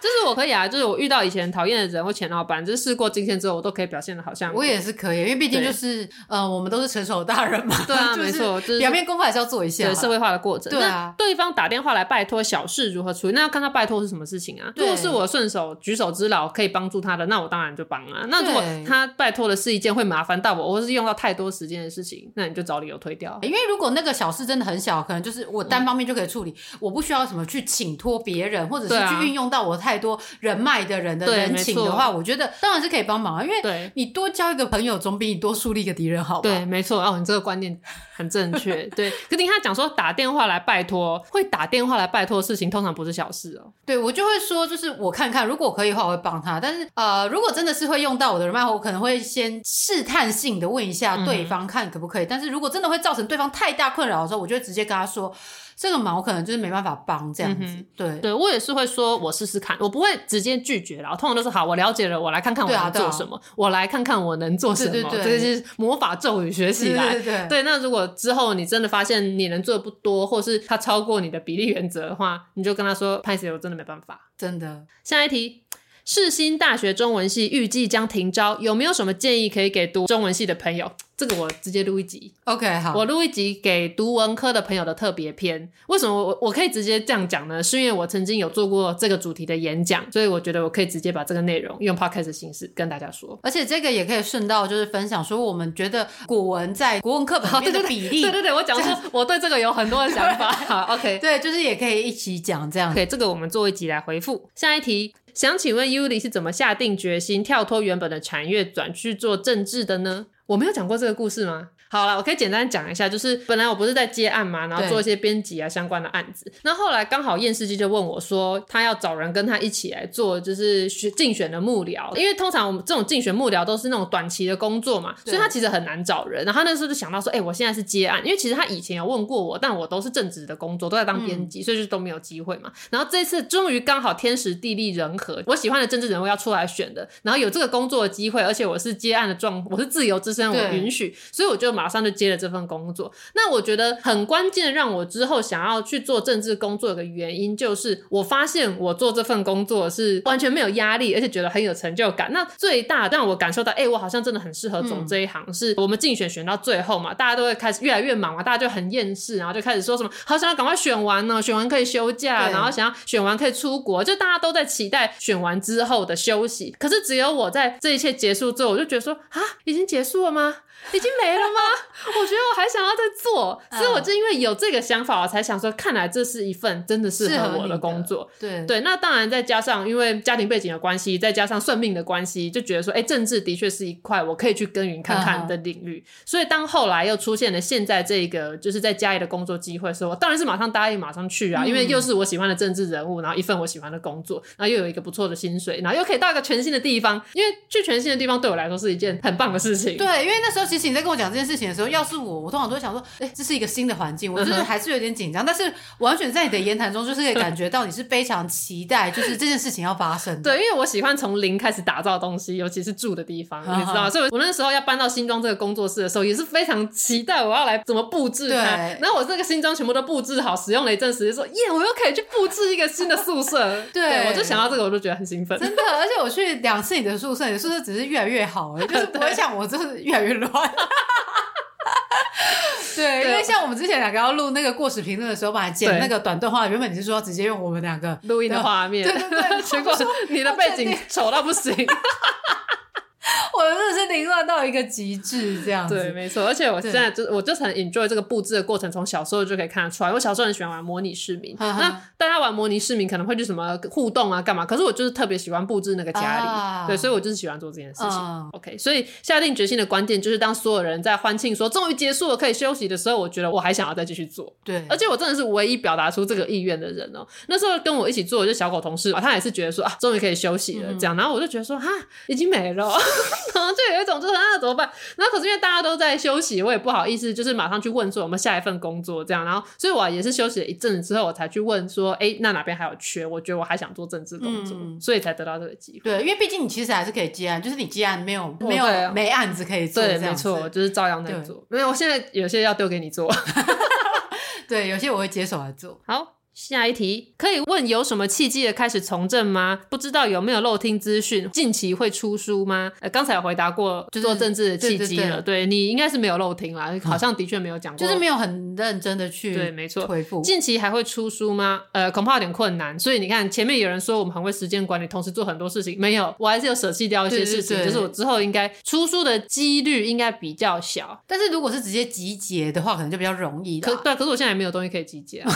就是我可以啊，就是我遇到以前讨厌的人或前老板，就是事过境迁之后，我都可以表现的好像
我也是可以，因为毕竟就是呃，我们都是成熟的大人嘛。
对啊
就是
没错就是
表面功夫还是要做一下
对
啦。
社会化的过程。
对啊
那对方打电话来拜托小事如何处理？那要看他拜托是什么事情啊。
对
如果是我顺手举手之劳可以帮助他的，那我当然就帮啊。那如果
对
他拜托的是一件会麻烦到我，或是用到太多时间的事情，那你就找理由推掉。
因为如果那个小事真的很小，可能就是我
嗯
单方面就可以处理，我不需要什么去请托别人，或者
对
是
啊
去运用到我太多人脉的人的
对
人
没
情
错
的话，我觉得当然是可以帮忙啊，因为
对
你多交一个朋友，总比你多树立一个敌人好吧？
对，没错，哦，你这个观念很正确。对，可是你看他讲说打电话来拜托，会打电话来拜托的事情，通常不是小事哦。
对，我就会说，就是我看看，如果可以的话，我会帮他。但是呃，如果真的是会用到我的人脉，我可能会先试探性的问一下对方看可不可以。但是如果真的会造成对方太大困扰的时候，我就会直接跟他说，这个忙我可能就是没办法帮这样子。对。
对我也是会说，我试试看，我不会直接拒绝啦。我通常都是好，我了解了，我来看看我
对啊
能
对啊
做什么，我来看看我能做什么，
对对对
这就是魔法咒语学习
对
来。
对对
对，那如果之后你真的发现你能做的不多，或是它超过你的比例原则的话，你就跟他说：“拍谁，我真的没办法。
真的，”
下一题，世新大学中文系预计将停招，有没有什么建议可以给读中文系的朋友？这个我直接录一集，
OK 好，
我录一集给读文科的朋友的特别篇。为什么我我可以直接这样讲呢？是因为我曾经有做过这个主题的演讲，所以我觉得我可以直接把这个内容用 podcast 的形式跟大家说。
而且这个也可以顺道就是分享说，我们觉得古文在国文课本里面的比例，
对对对，我讲说我对这个有很多的想法。好，OK。
对就是也可以一起讲这样。
OK，这个我们做一集来回复。下一题，想请问 Yuli 是怎么下定决心跳脱原本的产业，转去做政治的呢？我没有讲过这个故事吗？好了，我可以简单讲一下，就是本来我不是在接案嘛，然后
对
做一些编辑啊相关的案子。那后来刚好验世机就问我说，他要找人跟他一起来做，就是选竞选的幕僚，因为通常我们这种竞选幕僚都是那种短期的工作嘛，
对
所以他其实很难找人。然后他那时候就想到说，哎、我现在是接案，因为其实他以前有问过我，但我都是正职的工作，都在当编
嗯
辑，所以就都没有机会嘛。然后这次终于刚好天时地利人和，我喜欢的政治人物要出来选的，然后有这个工作的机会，而且我是接案的状，我是自由之身，我
对
允许，所以我就马上就接了这份工作。那我觉得很关键，让我之后想要去做政治工作的原因，就是我发现我做这份工作是完全没有压力，而且觉得很有成就感。那最大让我感受到，哎、我好像真的很适合走这一行，是我们竞选选到最后嘛，大家都会开始越来越忙嘛，大家就很厌世，然后就开始说什么好想要赶快选完哦呢，选完可以休假，
对
然后想要选完可以出国，就大家都在期待选完之后的休息。可是只有我在这一切结束之后，我就觉得说啊，已经结束了吗？已经没了 吗？我觉得我还想要再做，
嗯
所以我就因为有这个想法，我才想说，看来这是一份真的适
适合
合
你
我的
的
工作。
对
对，那当然再加上因为家庭背景的关系，再加上算命的关系，就觉得说，哎、政治的确是一块我可以去耕耘看
嗯
看的领域。所以当后来又出现了现在这个就是在家里的工作机会的时候，我当然是马上答应，马上去啊，
嗯
因为又是我喜欢的政治人物，然后一份我喜欢的工作，然后又有一个不错的薪水，然后又可以到一个全新的地方，因为去全新的地方对我来说是一件很棒的事情。
对，因为那时候其实你在跟我讲这件事情的时候，要是我，我通常都会想说，哎、这是一个新的环境，我就是
嗯哼
还是有点紧张，但是完全在你的言谈中，就是可以感觉到你是非常期待，就是这件事情要发生的。
对，因为我喜欢从零开始打造东西，尤其是住的地方，
啊哈
你知道吗？所以我那时候要搬到新庄这个工作室的时候，也是非常期待我要来怎么布置它
对。
然后我这个新庄全部都布置好，使用了一阵时间，说耶，我又可以去布置一个新的宿舍。
对
我就想到这个，我就觉得很兴 奋。
真的，而且我去两次你的宿舍，你的宿舍只是越来越好而已，就是不会像我，就是越来越乱。 对，因为像我们之前两个要录那个过时评论的时候，本来剪
对
那个短段话，原本你是说要直接用我们两个
录音的画面，
对对 对
结果你的背景丑到不行，
我真的是凌乱到一个极致，这样子。
对，没错。而且我现在就我就很 enjoy 这个布置的过程，从小时候就可以看得出来。我小时候很喜欢玩模拟市民，
哈哈
那大家玩模拟市民可能会去什么互动啊，干嘛？可是我就是特别喜欢布置那个家里，
啊
对，所以我就是喜欢做这件事情。
嗯
OK，所以下定决心的关键就是，当所有人在欢庆说终于结束了，可以休息的时候，我觉得我还想要再继续做。
对，
而且我真的是唯一表达出这个意愿的人哦、那时候跟我一起做的就小狗同事嘛，他也是觉得说啊，终于可以休息
嗯
了这样，然后我就觉得说哈，已经没了，哦 然后就有一种就是啊怎么办？然后可是因为大家都在休息，我也不好意思就是马上去问说有没有下一份工作这样，然后所以我也是休息了一阵子之后，我才去问说，哎、那哪边还有缺？我觉得我还想做政治工作，
嗯
所以才得到这个机会。
对，因为毕竟你其实还是可以接案，就是你接案没有没有、
对啊
没案子可以做，
对，
这样
没错，
子。
就是照样在
对
做。没有，我现在有些要丢给你做。
对，有些我会接手来做。
好，下一题，可以问有什么契机的开始从政吗？不知道有没有漏听资讯？近期会出书吗？呃，刚才有回答过
就是
做政治的契机了，对你应该是没有漏听啦，好像的确没有讲过，
嗯就是没有嗯很认真的去
对没错
回复。
近期还会出书吗？呃，恐怕有点困难。所以你看，前面有人说我们很会时间管理，同时做很多事情，没有，我还是有舍弃掉一些事情，
对对对
就是我之后应该出书的几率应该比较小。
但是如果是直接集结的话，可能就比较容易
可
啦。
对，可是我现在也没有东西可以集结、啊。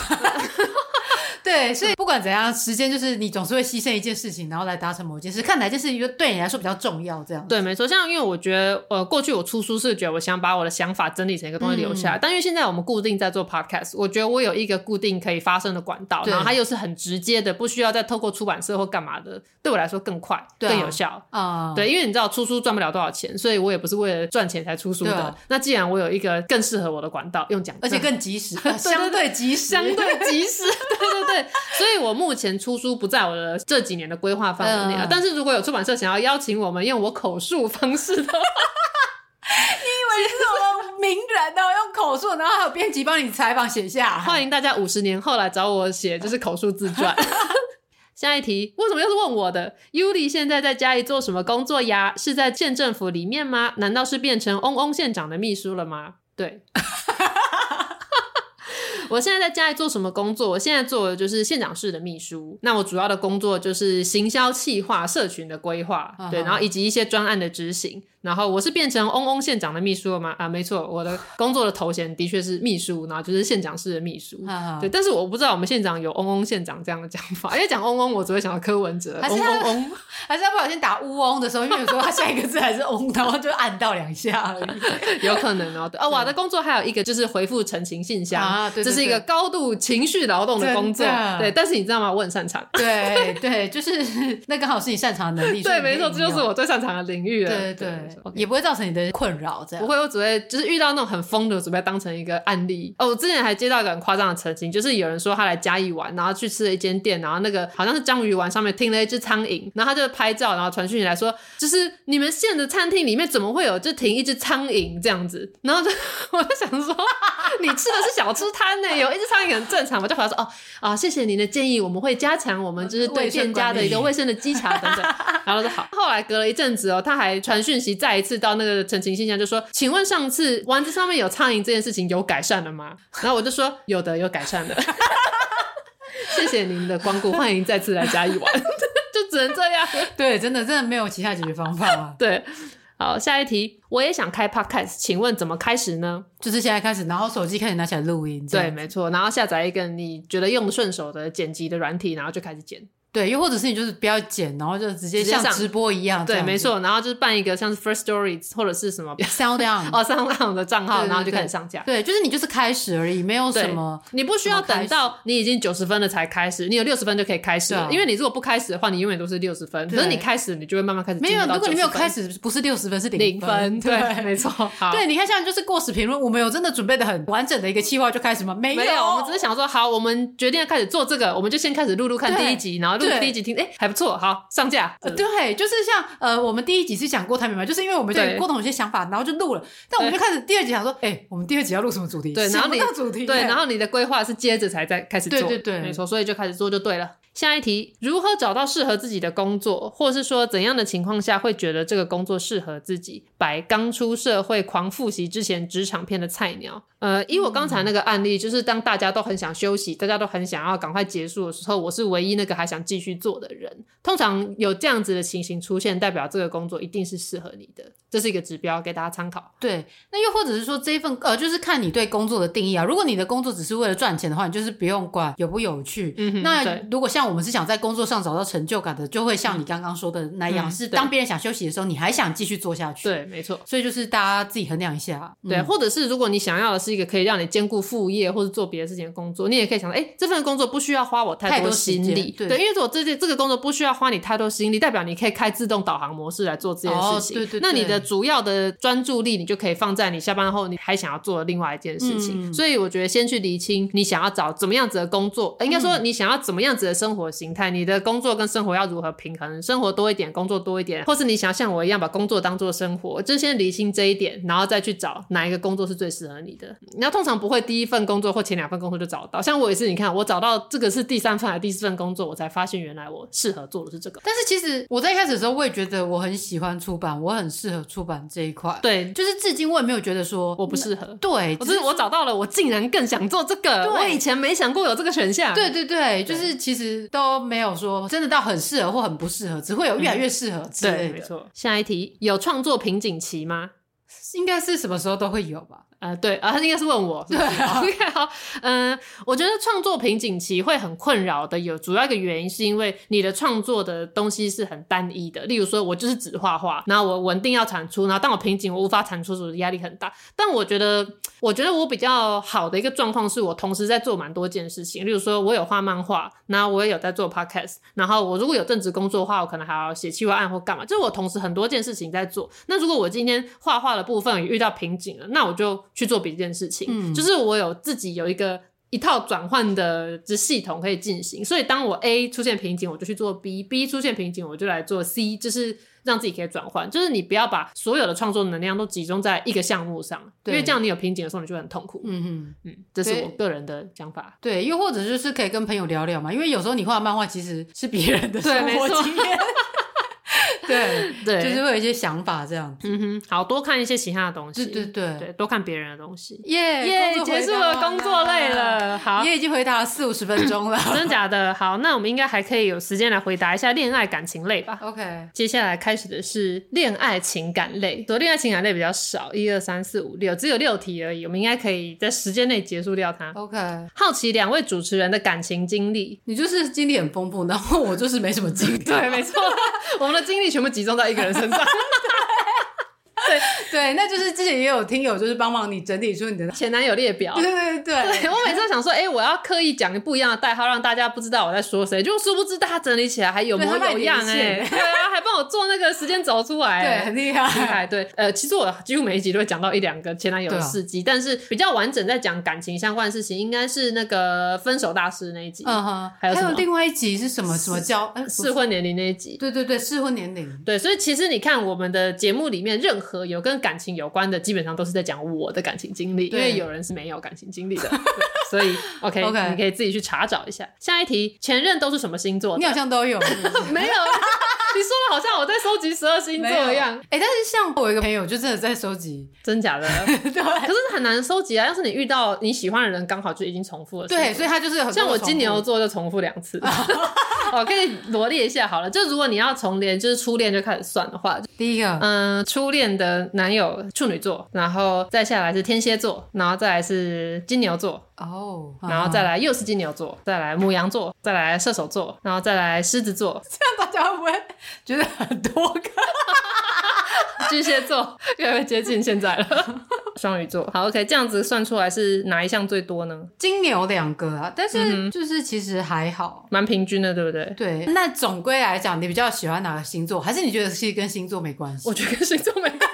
对，所以不管怎样，时间就是你总是会牺牲一件事情，然后来达成某件事，看哪件事情就对你来说比较重要，这样。
对，没错，像因为我觉得，呃，过去我出书是觉得我想把我的想法整理成一个东西留
嗯
下来，但因为现在我们固定在做 podcast，我觉得我有一个固定可以发声的管道，
对
然后它又是很直接的，不需要再透过出版社或干嘛的，对我来说更快、
对啊
更有效。
啊、
对，因为你知道出书赚不了多少钱，所以我也不是为了赚钱才出书的。
对啊
那既然我有一个更适合我的管道，用讲，
而且更及时，
对
相对及时，
相对及时， 对对对，所以我目前出书不在我的这几年的规划范围内啊。
嗯
但是如果有出版社想要邀请我们用我口述方式的话，
这么名人的用口述，然后还有编辑帮你采访写下。
欢迎大家五十年后来找我写，就是口述自传。 下一题，为什么又是问我的？Yuli 现在在家里做什么工作呀？是在县政府里面吗？难道是变成嗡嗡县长的秘书了吗？对。 我现在在家里做什么工作？我现在做的就是县长室的秘书。那我主要的工作就是行销企划、社群的规划，
嗯哼
对，然后啊以及一些专案的执行。然后我是变成嗡嗡县长的秘书了吗？啊，没 错，我的工作的头衔的确是秘书，然后就是县长室的秘书。
啊
对，但是我不知道我们县长有嗡嗡县长这样的讲法，因为讲嗡嗡，我只会想到柯文哲，
还
嗡
是
嗡
他
嗡。
还是他不小心打“乌嗡”的时候，因为有时候他下一个字还是“嗡”， 然后就按到两下而已。
啊 有可能哦。对哦，我的工作还有一个就是回复澄清信箱，
啊啊对对
这是一个高度情绪劳动的工作
真的。
对，但是你知道吗？我很擅长。
对对，就是 那刚好是你擅长的能力。所以
对，
你可以
没错，这就
应
是
用。
我最擅长的领域了。
对对
对
对，
，OK
也不会造成你的困扰，这样
不会，我只会就是遇到那种很疯的，我只会当成一个案例。哦，我之前还接到一个很夸张的澄清，就是有人说他来嘉义玩，然后去吃了一间店，然后那个好像是章鱼丸上面停了一只苍蝇，然后他就拍照，然后传讯来说，就是你们现的餐厅里面怎么会有就停一只苍蝇这样子？然后就 我就想说，你吃的是小吃摊呢、有一只苍蝇很正常嘛？就回答说，哦啊，谢谢您的建议，我们会加强我们就是对
卫生
店家的一个
管理
卫生的稽查等等。然后说好，后来隔了一阵子哦，他还传讯息再一次到那个陈情信箱，就说：“请问上次丸子上面有苍蝇这件事情有改善了吗？”然后我就说：“有的，有改善的。” 谢谢您的光顾，欢迎再次来嘉义玩， 就只能这样。，
对，真的真的没有其他解决方法啊
对，好，下一题，我也想开 podcast，请问怎么开始呢？
就是现在开始，然后手机开始拿起来录音，这样
对，没错，然后下载一个你觉得用得顺手的剪辑的软体，然后就开始剪。
对，又或者是你就是不要剪，然后就直接
直接
像
上
直播一样，这
对，
样
没
子。
错，然后就是办一个像是 First Story 或者是 什么
Sound down，
哦上浪的账号，
对对
然后就开始
对
上架。
对，就是你就是开始而已，没有
对
什么。
你不需要等到你已经九十分了才开始，你有六十分就可以开始了。
对啊
因为你如果不开始的话，你永远都是六十分。
对
可是你开始，你就会慢慢开始
没
进
有
入，到90分。
如果你没有开
始
始，不是六十分是
零
分，
分，对，没 错。好，
对，你看，像就是过时评论，我们有真的准备的很完整的一个计划就开始吗？没
没有，我们只是想说，好，我们决定要开始做这个，我们就先开始录录看
对
第一集，然后录
对
第一集听，哎，还不错，好，上架。
呃对，就是像呃，我们第一集是讲郭台铭嘛，就是因为我们就
对
有郭董有些想法，然后就录了，但我们就开始第二集想说，哎、我们第二集要录什么主题？
对然后
想不
你
到主题耶，
对，然后你的规划是接着才再开始做，
对对对
没错，所以就开始做就对了。下一题，如何找到适合自己的工作，或是说怎样的情况下会觉得这个工作适合自己？白刚出社会狂复习之前职场片的菜鸟。呃，以我刚才那个案例，就是当大家都很想休息，大家都很想要赶快结束的时候，我是唯一那个还想继续做的人。通常有这样子的情形出现，代表这个工作一定是适合你的，这是一个指标，给大家参考。
对，那又或者是说这一份呃，就是看你对工作的定义啊。如果你的工作只是为了赚钱的话，你就是不用管有不有趣。
嗯哼
那
对
如果像我们是想在工作上找到成就感的，就会像你刚刚说的那样，
嗯
是
对
当别人想休息的时候，你还想继续做下去。，
对，没错。
所以就是大家自己衡量一下。嗯
对，啊或者是如果你想要的是一个可以让你兼顾副业或者做别的事情的工作，你也可以想，哎，这份工作不需要花我
太
太
多时
心
间
力，
对
因为如果这件这个工作不需要花你太多心力，代表你可以开自动导航模式来做这件事
哦
情。
对对
那你
对
的主要的专注力，你就可以放在你下班后你还想要做的另外一件事情。
嗯
所以我觉得先去厘清你想要找怎么样子的工作，
嗯
呃应该说你想要怎么样子的生活形态，你的工作跟生活要如何平衡，生活多一点，工作多一点，或是你想要像我一样把工作当做生活，就先厘清这一点，然后再去找哪一个工作是最适合你的。你要通常不会第一份工作或前两份工作就找到，像我也是，你看我找到这个是第三份还是第四份工作，我才发现原来我适合做的是这个。
但是其实我在一开始的时候，我也觉得我很喜欢出版，我很适合出版这一块。，
对，
就是至今我也没有觉得说
我不适合。
对，
我
只
哦只是我找到了，我竟然更想做这个，
对
我以前没想过有这个选项。
对对对，就是其实都没有说真的到很适合或很不适合，只会有越来越适合之类
嗯对，没
的。
错。下一题，有创作瓶颈期吗？
应该是什么时候都会有吧？
啊，对啊，他应该是问 我。对，OK，好，嗯，我觉得创作瓶颈期会很困扰的，有主要一个原因是因为你的创作的东西是很单一的，例如说我就是只画画，然后我稳定要产出，然后当我瓶颈我无法产出的时候压力很大。但我觉得，我觉得我比较好的一个状况是我同时在做蛮多件事情，例如说我有画漫画，那我也有在做 podcast，然后我如果有正职工作的话，我可能还要写企划案或干嘛，就是我同时很多件事情在做。那如果我今天画画的部分也遇到瓶颈了，那我就去做别件事情，
嗯
就是我有自己有一个。一套转换的这系统可以进行，所以当我 A 出现瓶颈，我就去做 B；B 出现瓶颈，我就来做 C，就是让自己可以转换。就是你不要把所有的创作能量都集中在一个项目上，因
对
为这样你有瓶颈的时候你就会很痛苦。
嗯哼，
嗯，这是
对
我个人的想法。
对，又或者就是可以跟朋友聊聊嘛，因为有时候你画漫画其实是别人的
对
生活
没错
经 验，对，
对，
就是会有一些想法这样子。
嗯哼，好多看一些其他的东西，
对对对
对，多看别人的东西。
耶
耶、
工作
结
回
束
答
了，工作累了，好。
也已经回答了四五十分钟了。
真假的，好，那我们应该还可以有时间来回答一下恋爱感情类吧。
OK，
接下来开始的是恋爱情感类，所以恋爱情感类比较少，一二三四五六，只有六题而已，我们应该可以在时间内结束掉它。
OK，
好奇两位主持人的感情经历，
你就是经历很丰富，然后我就是没什么 经历。
对，没错，我们的精力全部集中在一个人身上。对，
对，那就是之前也有听友就是帮忙你整理出你的，
前男友列表
对。对对对
对，我每次都想说，哎、我要刻意讲不一样的代号，让大家不知道我在说谁。就殊不知大家整理起来还有模
对他卖
有样
点
哎、
线
对啊，还帮我做那个时间轴出来、
对，
哎
很厉
厉
害。
害，对，呃，其实我几乎每一集都会讲到一两个前男友的
对啊
事迹，但是比较完整在讲感情相关的事情，应该是那个分手大师那一集，
嗯哼，
还有什么
另外一集是什么什么交？呃
适、，
不
婚年龄那一集。
对对对，适婚年龄。
对，所以其实你看我们的节目里面，任何有跟感情有关的，基本上都是在讲我的感情经历，因
对
为有人是没有感情经 历的，对所以 OK，,
OK
你可以自己去查找一下。下一题，前任都是什么 星座
你
的？
好像都有，是不是
没有，你说的好像我在收集十二星
没
座
有
一样，
哎、但是像我有一个朋友，就真的在收集，
真假的？
对
可是很难收集啊！要是你遇到你喜欢的人，刚好就已经重复了。
对，所以
以
他就是有很多
像我
重
金牛
复
座就重复两 次。我跟你罗列一下好了，就如果你要从连就是初恋就开始算的话，
第一个，
嗯，初恋的男友处女座，然后再下来是天蝎座，然后再来是金牛座，
哦，
嗯 然后再来又是金牛座，再来母羊座，再来射手座，然后再来狮子座、
这样大家会不会觉得很多个？
巨蟹座，越来越接近现在了。 双鱼座，好，OK，这样子算出来是哪一项最多呢？
金牛两个啊，但是
嗯
就是其实还好。
蛮平均的，对不对？
对，那总归来讲，你比较喜欢哪个星座？还是你觉得其实跟星座没关系？
我觉得跟星座没关系。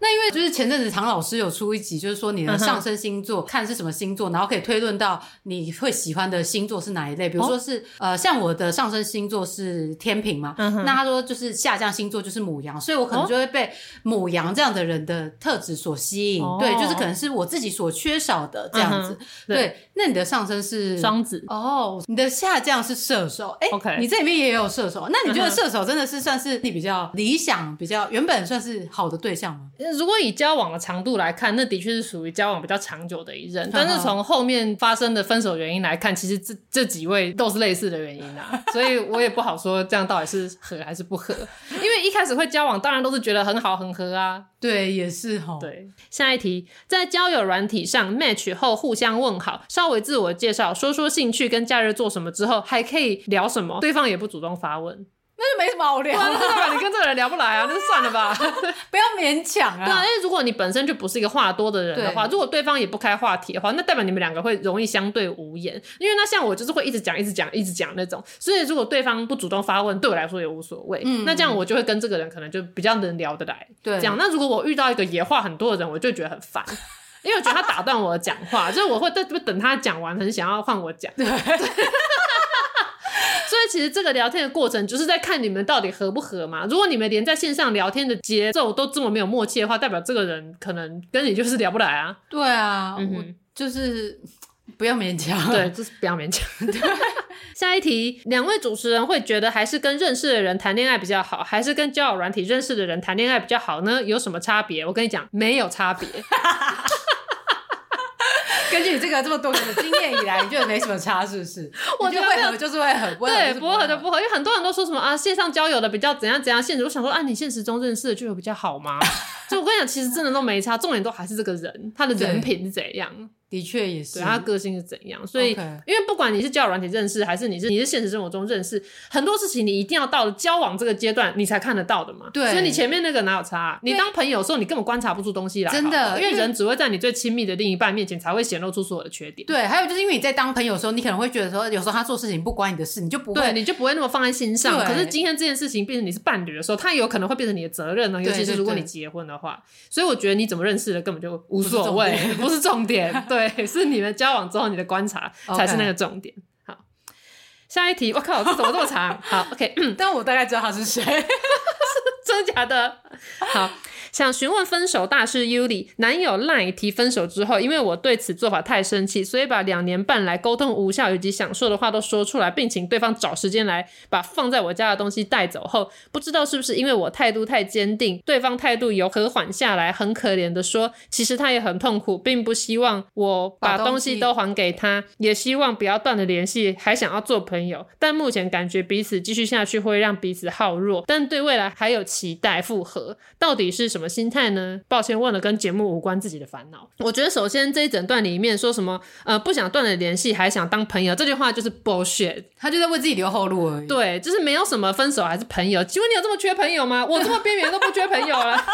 那因为就是前阵子唐老师有出一集，就是说你
嗯
的上升星座、看是什么星座，然后可以推论到你会喜欢的星座是哪一类。比如
哦
说是、呃，像我的上升星座是天平嘛，
嗯
那他说就是下降星座就是母羊，所以我可
哦
能就会被母羊这样的人的特质所吸引。
哦
对，就是可能是我自己所缺少的这样子。
嗯对
对那你的上升是
双子，
哦，你的下降是射手，哎、
OK 嗯
你这里面也有射手，那你觉得射手真的是算是你比较理想、比较原本算是好的对象吗？
如果以交往的长度来看，那的确是属于交往比较长久的一任。但是从后面发生的分手原因来看，其实这这几位都是类似的原因啊，所以我也不好说这样到底是合还是不合。因为一开始会交往，当然都是觉得很好很合啊。
对，也是吼。，
对，下一题，在交友软体上 match 后互相问好，稍微自我介绍，说说兴趣跟假日做什么之后，还可以聊什么，对方也不主动发问。
那就没什么好聊
哇，那
的，
代表你跟这个人聊不来啊，那就算了吧。
不要勉强
对啊，
啊。
因为如果你本身就不是一个话多的人的话，
对
如果对方也不开话题的话，那代表你们两个会容易相对无言。因为那像我就是会一直讲、一直讲、一直讲那种，所以如果对方不主动发问，对我来说也无所谓。
嗯
那这样我就会跟这个人可能就比较能聊得来。
对
这样，那如果我遇到一个也话很多的人，我就觉得很 烦。因为我觉得他打断我的讲话， 就是我会在等他讲完，很想要换我讲。
对，
所以其实这个聊天的过程，就是在看你们到底合不合嘛。如果你们连在线上聊天的节奏都这么没有默契的话，代表这个人可能跟你就是聊不来啊。
对啊，
嗯哼
我就是不要勉强。啊
对，，嗯就是不要勉强。 下一题，两位主持人会觉得还是跟认识的人谈恋爱比较好，还是跟交友软体认识的人谈恋爱比较好呢？有什么差别？我跟你讲，没有差别。
根据你这个这么多年的经验以来，你觉得没什么差，是不是？
我
你觉
觉
得
得
会合就是会合，不会合
对，
就是
不
会啊
合就不合，因为很多人都说什么啊，线上交友的比较怎样怎样，现实我想说啊，你现实中认识的就有比较好吗？ 就我跟你讲，其实真的都没差，重点都还是这个人，他的
对
人品是怎样，
的确也 是
对，他个性是怎样，所以。
OK
因为不管你是交友软体认识，还是你是你是现实生活中认识，很多事情你一定要到了交往这个阶段，你才看得到的嘛。
对
所以你前面那个哪有差啊、你当朋友的时候，你根本观察不出东西来，
真的
好不好因为
因为
人只会在你最亲密的另一半面前才会显露出所有的缺点。
对，还有就是因为你在当朋友的时候，你可能会觉得说，有时候他做事情不关你的事，你就不
对，
会。
你就不会那么放在心上。
对
可是今天这件事情变成你是伴侣的时候，它有可能会变成你的责任啊呢，尤其是
对
如果你
对
结婚的话。所以我觉得你怎么认识的根本就无所谓
不是重，点
不是重点。 对，是你们交往之后你的观察
OK
才是那个重点。好，下一题，我靠，这怎么这么长？好，OK，
嗯但我大概知道他是谁。
真的假的？好，想询问分手大师 Yuli，男友赖提分手之后，因为我对此做法太生气，所以把两年半来沟通无效以及想说的话都说出来，并请对方找时间来把放在我家的东西带走后，不知道是不是因为我态度太坚定，对方态度有和缓下来，很可怜的说，其实他也很痛苦，并不希望我把
把东
东西
西
都还给他，也希望不要断了联系，还想要做朋友，但目前感觉彼此继续下去会让彼此耗弱，但对未来还有期。期待复合，到底是什么心态呢？抱歉，问了跟节目无关自己的烦恼。我觉得首先这一整段里面说什么呃不想断了联系，还想当朋友，这句话就是 bullshit。
他就在为自己留后路而已。
对，就是没有什么分手还是朋友。请问你有这么缺朋友吗？我这么边缘都不缺朋友了。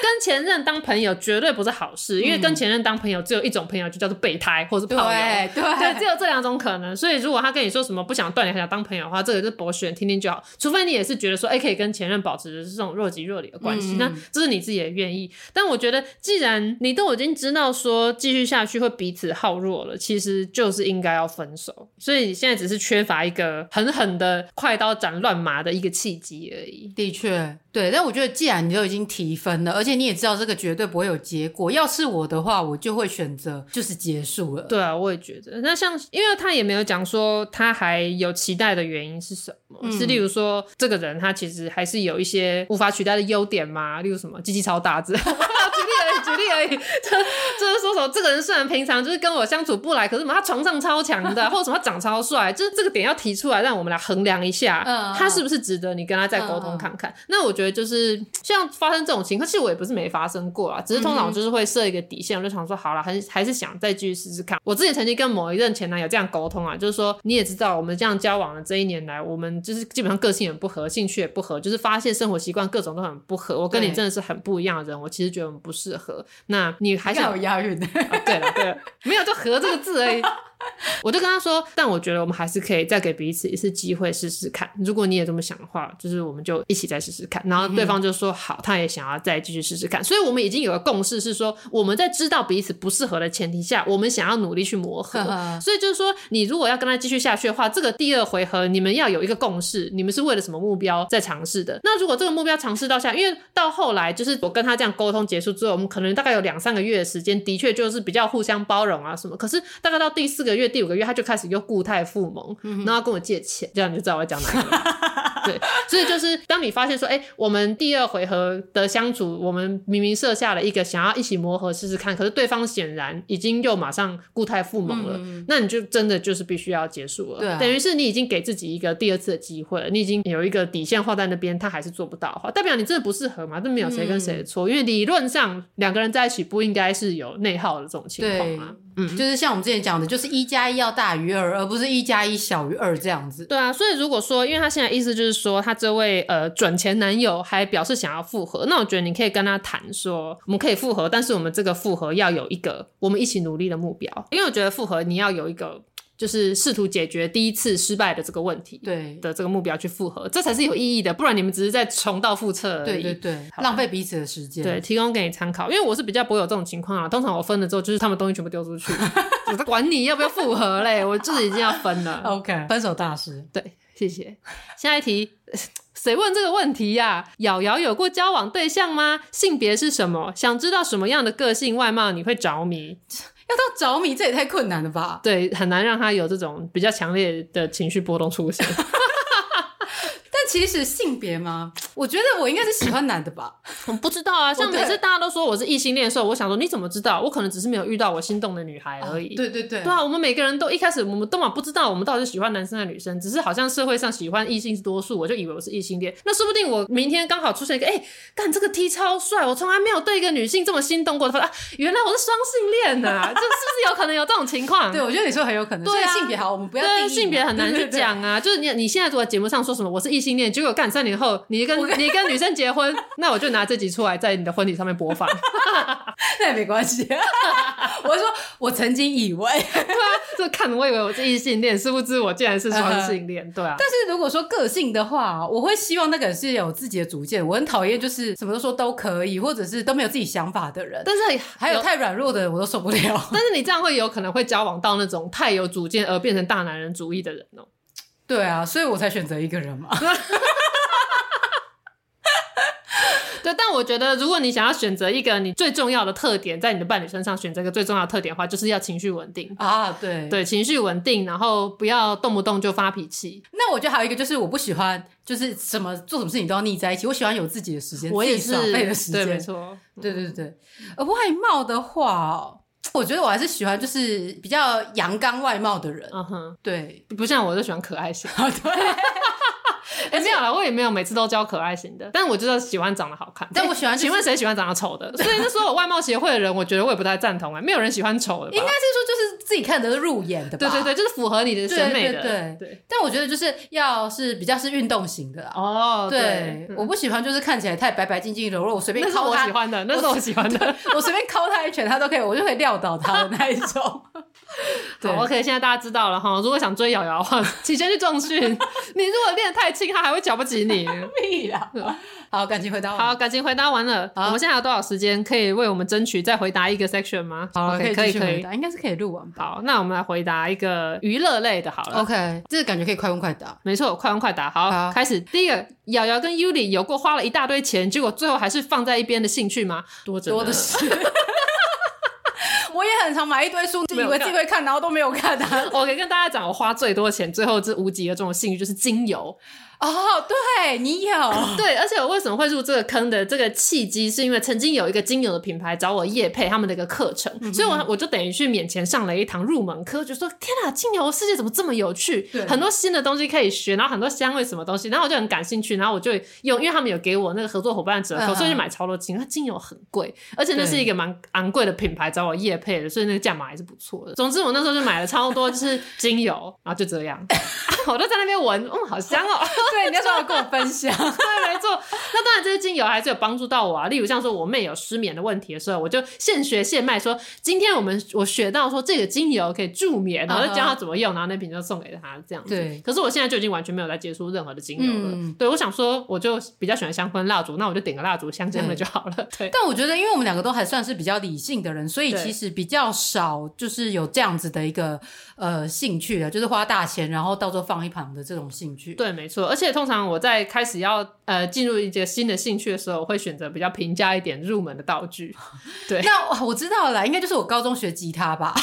跟前任当朋友绝对不是好事，因为跟前任当朋友只有一种朋友，就叫做备胎或是炮友。
对
对，只
对，
有这两种可能。所以如果他跟你说什么不想断联，还想当朋友的话，这个就是博选，听听就好。除非你也是觉得说，哎、可以跟前任保持这种若即若离的关系，
嗯
那这是你自己也愿意。但我觉得，既然你都已经知道说继续下去会彼此耗弱了，其实就是应该要分手。所以你现在只是缺乏一个狠狠的快刀斩乱麻的一个契机而已。
的确对。但我觉得，既然你都已经提分了，而且你也知道这个绝对不会有结果，要是我的话，我就会选择就是结束了。
对啊，我也觉得。那像，因为他也没有讲说他还有期待的原因是什么，
嗯
是例如说这个人他其实还是有一些无法取代的优点嘛，例如什么机器超大 之类的。举例而已，举例而已， 就就是说什么这个人虽然平常就是跟我相处不来，可是什么他床上超强的，或 者什么他长超帅，就是这个点要提出来，让我们来衡量一下，
嗯嗯
他是不是值得你跟他再沟
嗯
通
嗯
看看。那我觉得就是像发生这种情况，其实我也不是没发生过啊啦，只是通
嗯
常我就是会设一个底线，我就想说好了，还是还是想再继续试试看。我之前曾经跟某一任前男友这样沟通啊，就是说你也知道，我们这样交往了这一年来，我们就是基本上个性也不合，兴趣也不合，就是发现生活习惯各种都很不合。我跟你
对
真的是很不一样的人，我其实觉得我们不适合。那你还
还
想
有押韵，
啊， 对了对了，没有就“和”这个字而已。我就跟他说，但我觉得我们还是可以再给彼此一次机会试试看。如果你也这么想的话，就是我们就一起再试试看。然后对方就说好，他也想要再继续试试看。所以我们已经有个共识是说，我们在知道彼此不适合的前提下，我们想要努力去磨合。所以就是说，你如果要跟他继续下去的话，这个第二回合你们要有一个共识，你们是为了什么目标在尝试的。那如果这个目标尝试到下，因为到后来就是我跟他这样沟通结束之后，我们可能大概有两三个月的时间，的确就是比较互相包容啊什么。可是大概到第四个月、第五个月，他就开始又固态附盟，然后要跟我借钱，这样你就知道我在讲哪个了。对，所以就是当你发现说，哎、我们第二回合的相处，我们明明设下了一个想要一起磨合试试看，可是对方显然已经又马上固态复萌了，那你就真的就是必须要结束了。
嗯对啊
等于是你已经给自己一个第二次的机会了，你已经有一个底线画在那边，他还是做不到的话，代表你真的不适合嘛？这没有谁跟
嗯
谁的错，因为理论上两个人在一起不应该是有内耗的这种情况
对嗯
嘛。，
就是像我们之前讲的，就是一加一要大于二，而不是一加一小于二这样子。
对啊，所以如果说，因为他现在意思就是说，他这位呃准前男友还表示想要复合，那我觉得你可以跟他谈说，我们可以复合，但是我们这个复合要有一个我们一起努力的目标，因为我觉得复合你要有一个就是试图解决第一次失败的这个问题，
对
的这个目标去复合，这才是有意义的，不然你们只是在重蹈覆辙而
对
已。
对对，
好
浪费彼此的时间。
对，提供给你参考。因为我是比较不会有这种情况啊，通常我分了之后，就是他们东西全部丢 出去，我在管你要不要复合嘞，我就是已经要分了。
，OK，分手大师。
对，谢谢。下一题，谁问这个问题呀、瑶瑶有过交往对象吗？性别是什么？想知道什么样的个性外貌你会着迷？
要到着迷，这也太困难了吧？
对，很难让他有这种比较强烈的情绪波动出现。
但其实性别吗？我觉得我应该是喜欢男的吧。
我不知道啊，像
我对
每次大家都说我是异性恋的时候，我想说你怎么知道？我可能只是没有遇到我心动的女孩而已。
对对对，
对啊，我们每个人都一开始我们都嘛不知道我们到底是喜欢男生还是女生，只是好像社会上喜欢异性是多数，我就以为我是异性恋。那说不定我明天刚好出
嗯
现一个，哎、干这个 T 超帅，我从来没有对一个女性这么心动过的，发现啊，原来我是双性恋 呐、这是不是有可能有这种情况？
对，我觉得你说很有可能。
嗯对啊
所以性别好，我们不要定
对
义嘛
性别很难去。
对对对
讲啊，就是你你现在坐在节目上说什么我是异性恋，结果干三年后你跟你跟女生结婚，那我就拿这集出来在你的婚礼上面播 放。
那也没关 系。我是说，我曾经以为，
对啊，就看我以为我是异性恋，殊不知我竟然是双性恋。对啊，
但是如果说个性的话，我会希望那个人是有自己的主见。我很讨厌就是什么都说都可以，或者是都没有自己想法的人。
但是
还有太软弱的人，我都受不了。
但是你这样会有可能会交往到那种太有主见而变成大男人主义的人哦、
对啊，所以我才选择一个 人嘛。
对，但我觉得如果你想要选择一个你最重要的特点，在你的伴侣身上选择一个最重要的特点的话，就是要情绪稳定。
啊，对。
对，情绪稳定，然后不要动不动就发脾气。
那我觉得还有一个就是，我不喜欢就是什么做什么事情都要腻在一起，我喜欢有自己的时间，
我也
自
是
己 耍废的时，
对，没
间。
错。
对
嗯
对对，呃，外貌的话哦，我觉得我还是喜欢就是比较阳刚外貌的人。
嗯哼，
对，
不像我就喜欢可爱型。
啊对，
哎，没有啦，我也没有每次都教可爱型的，但我就是喜欢长得好看。哎
但我喜欢就是
请问谁喜欢长得 丑的？所以那时候有外貌协会的人，我觉得我也不太赞同啊，没有人喜欢丑的吧
应该是？说就是自己看得入眼的吧。
对对对，就是符合你的审美的。
对对
对对，
但我觉得就是要是比较是运动型的啦。
哦，
对，我不喜欢就是看起来太白白净净柔弱，我随便
那是
敲
我喜
他，
欢的，那是我喜欢的。
我随便敲他一拳，他都可以，我就可以撂倒他的那一 种。对
好，OK，现在大家知道了哈。如果想追瑶瑶的 话，提前去重训。你如果练得太轻，他还会瞧不起你。
屁啦！好，感情回答我。
好，，感情回答完了。
好
我们现在还有多少时间可以为我们争取再回答一个 section 吗？
好了，
OK，可
以
以
继续
可
回
以。
答，应该是可以录完吧
好，那我们来回答一个娱乐类的好了。
？OK，这个感觉可以快问快答。
没错，快问快答。好，
好
开始。第一个，瑶瑶跟 Yuli 有过花了一大堆钱，结果最后还是放在一边的兴趣吗？多着呢
多的。是。 我也很常买一堆书，以
没有
为自己会看，然后都没有看啊它。
我可以跟大家讲，我花最多钱，最后这无极的这种兴趣就是精油。
哦，对你有，
对，而且我为什么会入这个坑的这个契机，是因为曾经有一个精油的品牌找我业配他们的一个课程，
嗯
所以我我就等于去免钱上了一堂入门课，就说天哪，精油世界怎么这么有趣
对，
很多新的东西可以学，然后很多香味什么东西，然后我就很感兴趣，然后我就用，因为他们有给我那个合作伙伴折扣，
嗯
所以就买超多精油，它精油很贵，而且那是一个蛮昂贵的品牌找我业配的，所以那个价码还是不错的。总之我那时候就买了超多就是 精油，然后就这样， 我就在那边闻，嗯，好香哦。
对，你那时候有跟我分 享。
对，没错。那当然，这些精油还是有帮助到我啊。例如像说我妹有失眠的问题的时候，我就现学现卖说，今天我们我学到说这个精油可以助眠，然后就教她怎么用，然后那瓶就送给她这样
嗯
子。
对
可是我现在就已经完全没有在接触任何的精油了。
嗯
对，我想说，我就比较喜欢香氛蜡烛，那我就点个蜡烛香香的
对
就好了。对。
但我觉得，因为我们两个都还算是比较理性的人，所以
对
其实比较少就是有这样子的一个呃兴趣的，就是花大钱然后到时候放一旁的这种兴趣。
对，没错，而且通常我在开始要呃进入一些新的兴趣的时候，我会选择比较平价一点入门的道具， 对
那我我知道了，应该就是我高中学吉他吧，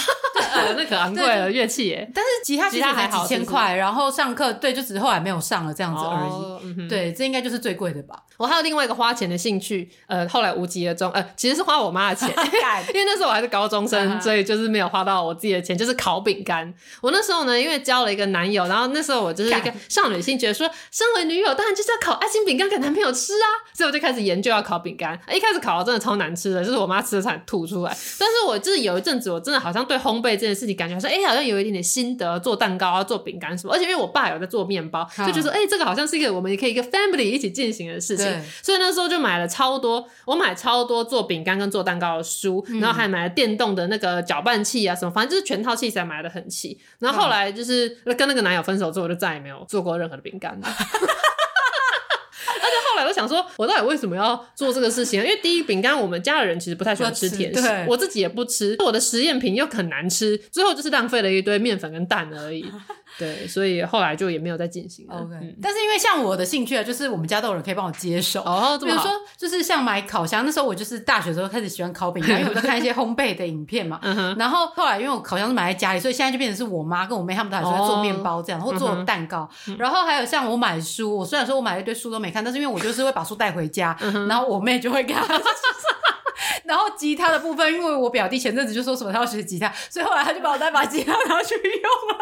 呃那可昂贵了乐器耶，
但是吉他其实
吉他
才
还好
几千块，然后上课对，就只是后来没有上了这样子而已。
哦嗯哼
对，这应该就是最贵的 吧？
我还有另外一个花钱的兴趣，呃，后来无疾而终，呃，其实是花我妈的钱， 因为那时候我还是高中
啊
生，所以就是没有花到我自己的钱，就是烤饼干。我那时候呢，因为交了一个男友，然后那时候我就是一个少女心，觉得说，身为女友当然就是要烤爱心饼干给男朋友吃啊，所以我就开始研究要烤饼干。一开始烤的真的超难吃的，就是我妈吃的差点吐出来。但是我就是有一阵子，我真的好像对烘焙这件事情感觉好像，哎、好像有一点点心得，做蛋糕啊，做饼干什么。而且因为我爸有在做面包，
嗯
就觉得说，哎、这个好像是一个我们也可以一个 family 一起进行的事情
对。
所以那时候就买了超多，我买超多做饼干跟做蛋糕的书，
嗯
然后还买了电动的那个搅拌器啊什么，反正就是全套器材买的很齐。然
嗯
后后来就是跟那个男友分手之后，我就再也没有做过任何的饼干了。 后来我想说，我到底为什么要做这个事情啊？因为第一，饼干我们家的人其实不太喜欢吃甜
不
食
吃对，
我自己也不吃，我的实验品又很难吃，最后就是浪费了一堆面粉跟蛋 而已。对，所以后来就也没有再进行了。
OK，、
嗯
但是因为像我的兴趣啊，就是我们家都有人可以帮我接手。
哦，这
比
么
如
好
说，就是像买烤箱，那时候我就是大学的时候开始喜欢烤饼干，因为我都看一些烘焙的影片嘛。
嗯哼，
然后后来因为我烤箱是买在家里，所以现在就变成是我妈跟我妹她们都还是在做
哦
面包这样，或做
嗯哼
蛋糕。然后还有像我买书，我虽然说我买了一堆书都没看，但是因为我就是会把书带回家，
嗯
然后我妹就会给她。 然后吉他的部分，因为我表弟前阵子就说什么他要学吉他，所以后来他就把我再把吉他拿去用了。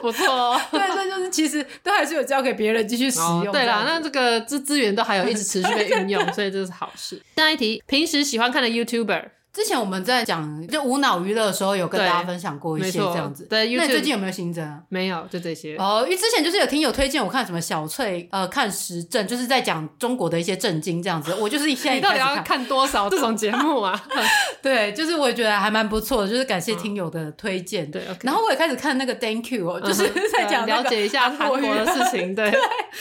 不错哦。
对，所以就是其实都还是有交给别人继续使用这
哦
样子。
对啦，那这个资资源都还有一直持 续被运用，所以这是好事。下一题，平时喜欢看的 YouTuber，
之前我们在讲就无脑娱乐的时候，有跟大
对
家分享过一
没
些
错
这样子。
对
那你最
YouTube-
近有没有新增啊？
没有，就这些。
哦，因为之前就是有听友推荐我看什么小翠，呃，看时政，就是在讲中国的一些政经这样子。我就是现在
你
也
到
开
底
始
要
看，
看多少这 种节目啊？
对，就是我也觉得还蛮不错的，就是感谢听友的推荐。
嗯对，OK
然后我也开始看那个 Thank You，哦，就是
嗯哼
在讲
对
那
了
个
解一下韩国
韩国
的事 情，对。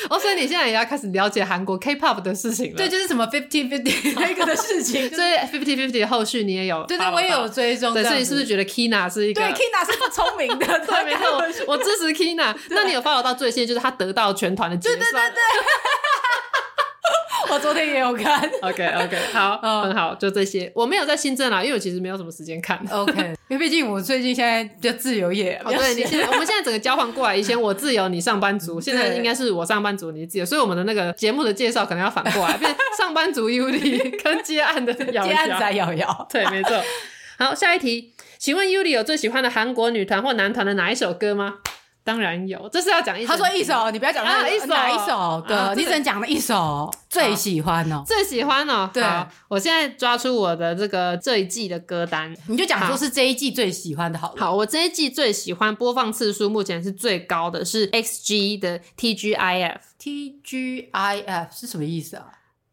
哦，所以你现在也要开始了解韩国 K-pop 的事情了。
对，，就是什么 Fifty Fifty 那个的事情。
所以 Fifty Fifty 的后续你也有，
对对，我也有。追踪这样
对，
子。
所以你是不是觉得 Kina 是一个
对？Kina 是不聪明的？
对，没 错，
对
我我支持 Kina。那你有 follow 到最新，就是他得到全团的结算。对对对
我昨天也有看。
OK OK，好，
嗯
很好，就这些。我没有在新政啊啦，因为我其实没有什么时 间看。
OK，因为毕竟我最近现在比较自由业，
哦， 对 你现在，我们现在整个交换过来，以前我自由，你上班族，现在应该是我上班族，你自由，所以我们的那个节目的介绍可能要反过来，变成上班族 Uli 跟接案的
接
瑶
案
瑶。
仔瑶瑶。
对，没错。好，下一题，请问 Yuli 有最喜欢的韩国女团或男团的哪一首歌吗？当然有，这是要讲一
他
整
说
集
一首，你不要讲
啊
那
一首
哪一首
啊
的，
这个
你只能讲那一首最喜欢哦。
最喜欢哦。
对
好我现在抓出我的这个这一季的歌单。
你就讲
好
说是这一季最喜欢的好了。
好，我这一季最喜欢播放次数目前是最高的，是 X G 的 T G I F，
T G I F 是什么意思啊？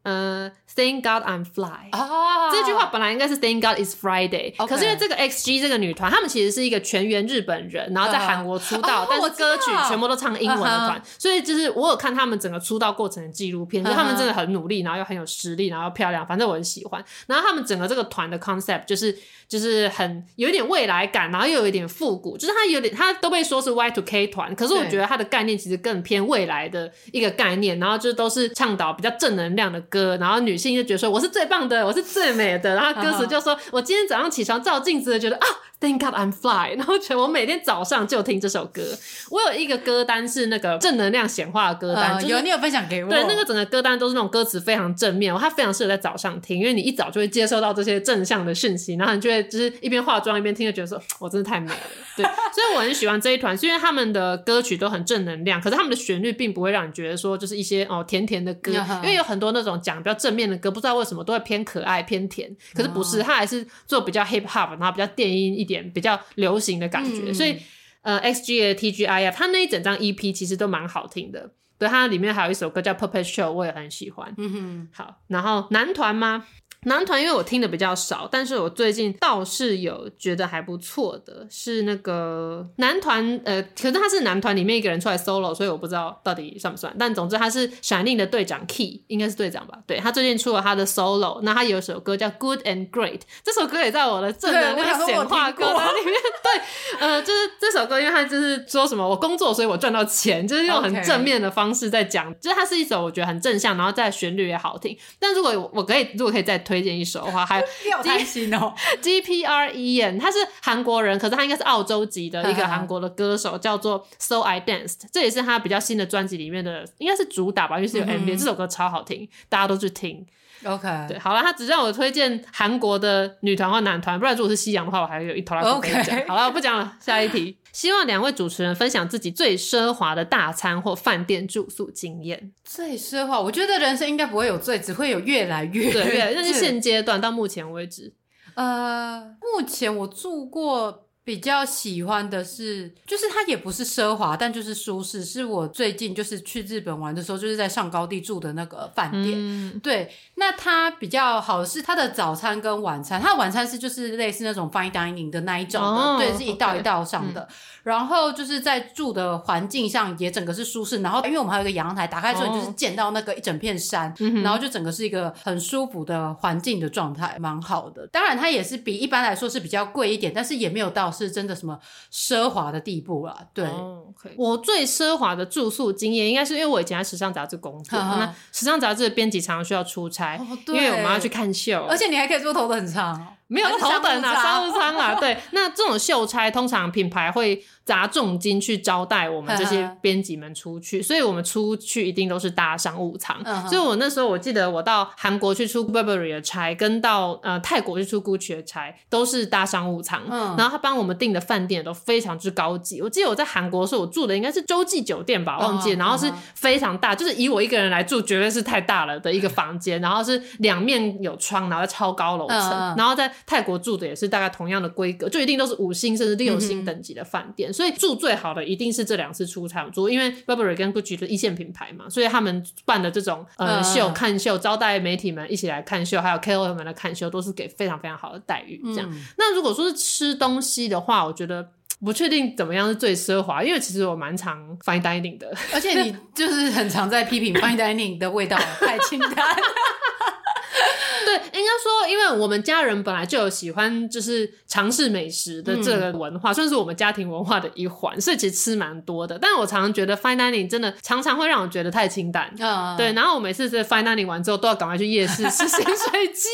嗯、t h a n k God I'm Fly。
啊，
这句话本来应该是 Thank God It's Friday，、
OK
可是因为这个 X G 这个女团，她们其实是一个全员日本人，然后在
嗯
韩国出道，
哦
但
我
是
知
歌曲
道
全部都唱英文的团
嗯
所以就是我有看他们整个出道过程的纪录片，
嗯
就
哼
他们真的很努力，然后又很有实力，然后又漂亮，反正我很喜欢。然后他们整个这个团的 concept 就是就是很有一点未来感，然后又有一点复古，就是它有点它都被说是 Y to K 团，可是我
对
觉得它的概念其实更偏未来的一个概念，然后就都是倡导比较正能量的歌，然后女性就觉得说我是最棒的，我是最美的，然后歌词就说我今天早上起床照镜子，觉得啊。Thank God I'm fly，然后全我每天早上就听这首歌。我有一个歌单是那个正能量显化的歌单，
呃
就是
有你有分享给我，
对，那个整个歌单都是那种歌词非常正面，哦它非常适合在早上听，因为你一早就会接受到这些正向的讯息，然后你就会就是一边化妆一边听，就觉得说我真的太美了。对，所以我很喜欢这一团，是因为他们的歌曲都很正能量，可是他们的旋律并不会让你觉得说就是一些哦甜甜的歌，
嗯哼
因为有很多那种讲比较正面的歌，不知道为什么都会偏可爱偏甜，可是不
哦
是，它还是做比较 hip hop，然后比较电音一点，比较流行的感觉，
嗯
所以。呃，X G 的 T G I F，它那一整张 E P 其实都蛮好听的，对，它里面还有一首歌叫《Perpetual》，我也很喜欢。
嗯哼，
好，然后男团吗？男团因为我听的比较少，但是我最近倒是有觉得还不错的，是那个男团，呃，可是他是男团里面一个人出来 solo，所以我不知道到底算不算。但总之他是闪令的队长 Key，应该是队长吧？对他最近出了他的 solo，那他有一首歌叫《Good and Great》，这首歌也在我的正能
对我想
量
说我
显化
听过
歌单里面。对，呃，就是这首歌，因为他就是说什么我工作，所以我赚到钱，就是用很
OK
正面的方式在讲就是它是一首我觉得很正向，然后在旋律也好听。但如果我我可以，如果可以再推荐一首的 话，还有
你好贪心 哦，
G P R E N，他是韩国人，可是他应该是澳洲籍的一个
嗯嗯
韩国的歌手，叫做 So I Danced，这也是他比较新的专辑里面的，应该是主打吧，因为是有
嗯
MV，、这首歌超好听，大家都去听。
OK，
对，好了，他只让我推荐韩国的女团或男团，不然如果是西洋的话，我还有一头拉骨可以
哦
讲。
OK
好了，我不讲了，下一 题。希望两位主持人分享自己最奢华的大餐或饭店住宿经验。
最奢华，我觉得人生应该不会有最，只会有越来越
对，对，那是
至
现阶段到目前为止，
呃，目前我住过比较喜欢的是，就是它也不是奢华，但就是舒适。是我最近就是去日本玩的时候，就是在上高地住的那个饭店。
嗯，
对，那它比较好的是它的早餐跟晚餐，它的晚餐是就是类似那种 fine dining 的那一种的，
哦
对，是一道
OK 嗯
一道上的。然后就是在住的环境上也整个是舒适，然后因为我们还有一个阳台，打开之后你就是
哦
见到那个一整片山，
嗯哼
然后就整个是一个很舒服的环境的状态，蛮好的。当然，它也是比一般来说是比较贵一点，但是也没有到是真的什么奢华的地步啦。对，
哦，OK 我最奢华的住宿经验，应该是因为我以前在时尚杂志工作，
哈哈
那时尚杂志的编辑常常需要出差，
哦
因
对
为我们要去看秀，
而且你还可以做头的很长，哦
没有
还是
头等啊，
商
商
务
务
舱
舱 啊，对。那这种秀差，通常品牌会砸重金去招待我们这
呵
些
呵
编辑们出去，所以我们出去一定都是搭商务舱。
嗯哼
所以我那时候我记得，我到韩国去出 Burberry 的差，跟到呃泰国去出 Gucci 的差，都是搭商务舱。
嗯
然后他帮我们订的饭店都非常之高级。我记得我在韩国的时候，我住的应该是洲际酒店吧，忘记了。
嗯
然后是
嗯
非常大，就是以我一个人来住，绝对是太大了的一个房间。然后是两面有窗，然后超高楼层。
嗯嗯
然后在泰国住的也是大概同样的规格，就一定都是五星甚至六星等级的饭
嗯
店。所以住最好的一定是这两次出差我住，因为 Burberry 跟 Gucci 的一线品牌嘛，所以他们办的这种呃
嗯嗯
秀
嗯
看秀，招待媒体们一起来看秀，还有 KOL 们来看秀，都是给非常非常好的待遇。这样。
嗯
那如果说是吃东西的话，我觉得。不确定怎么样是最奢华，因为其实我蛮常 fine dining 的，
而且你就是很常在批评 fine dining 的味道太清 淡。
对，应该说，因为我们家人本来就有喜欢就是尝试美食的这个文化，算是我们家庭文化的一环，所以其实吃蛮多的。但我常常觉得 fine dining 真的常常会让我觉得太清淡。
嗯，
对，然后我每次在 fine dining 完之后，都要赶快去夜市吃咸水鸡。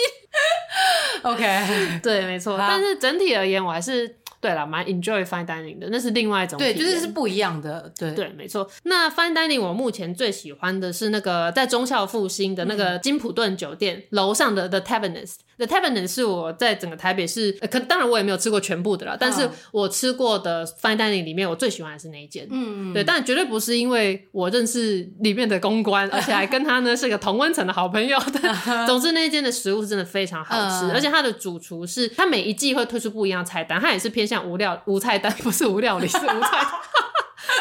，OK，
对，没错。
好
但是整体而言，我还是对啦，蛮 enjoy fine dining 的，那是另外一种
对，
体
就是
验
是不一样的，对，
对，没错。那 fine dining 我目前最
嗯
喜欢的是那个在忠孝复兴的那个金普顿酒店楼上的 The Tavernist， The Tavern 是我在整个台北市，呃可当然我也没有吃过全部的啦，但是
嗯
我吃过的 Fine Dining 里面，我最喜欢的是那一间。
嗯，
对，但绝对不是因为我认识里面的公关，而且还跟他呢是个同温层的好朋友。 但总之那一间的食物是真的非常好吃，
嗯
而且他的主厨是他每一季会推出不一样的菜单，他也是偏向无料无菜单，不是无料理是无菜单。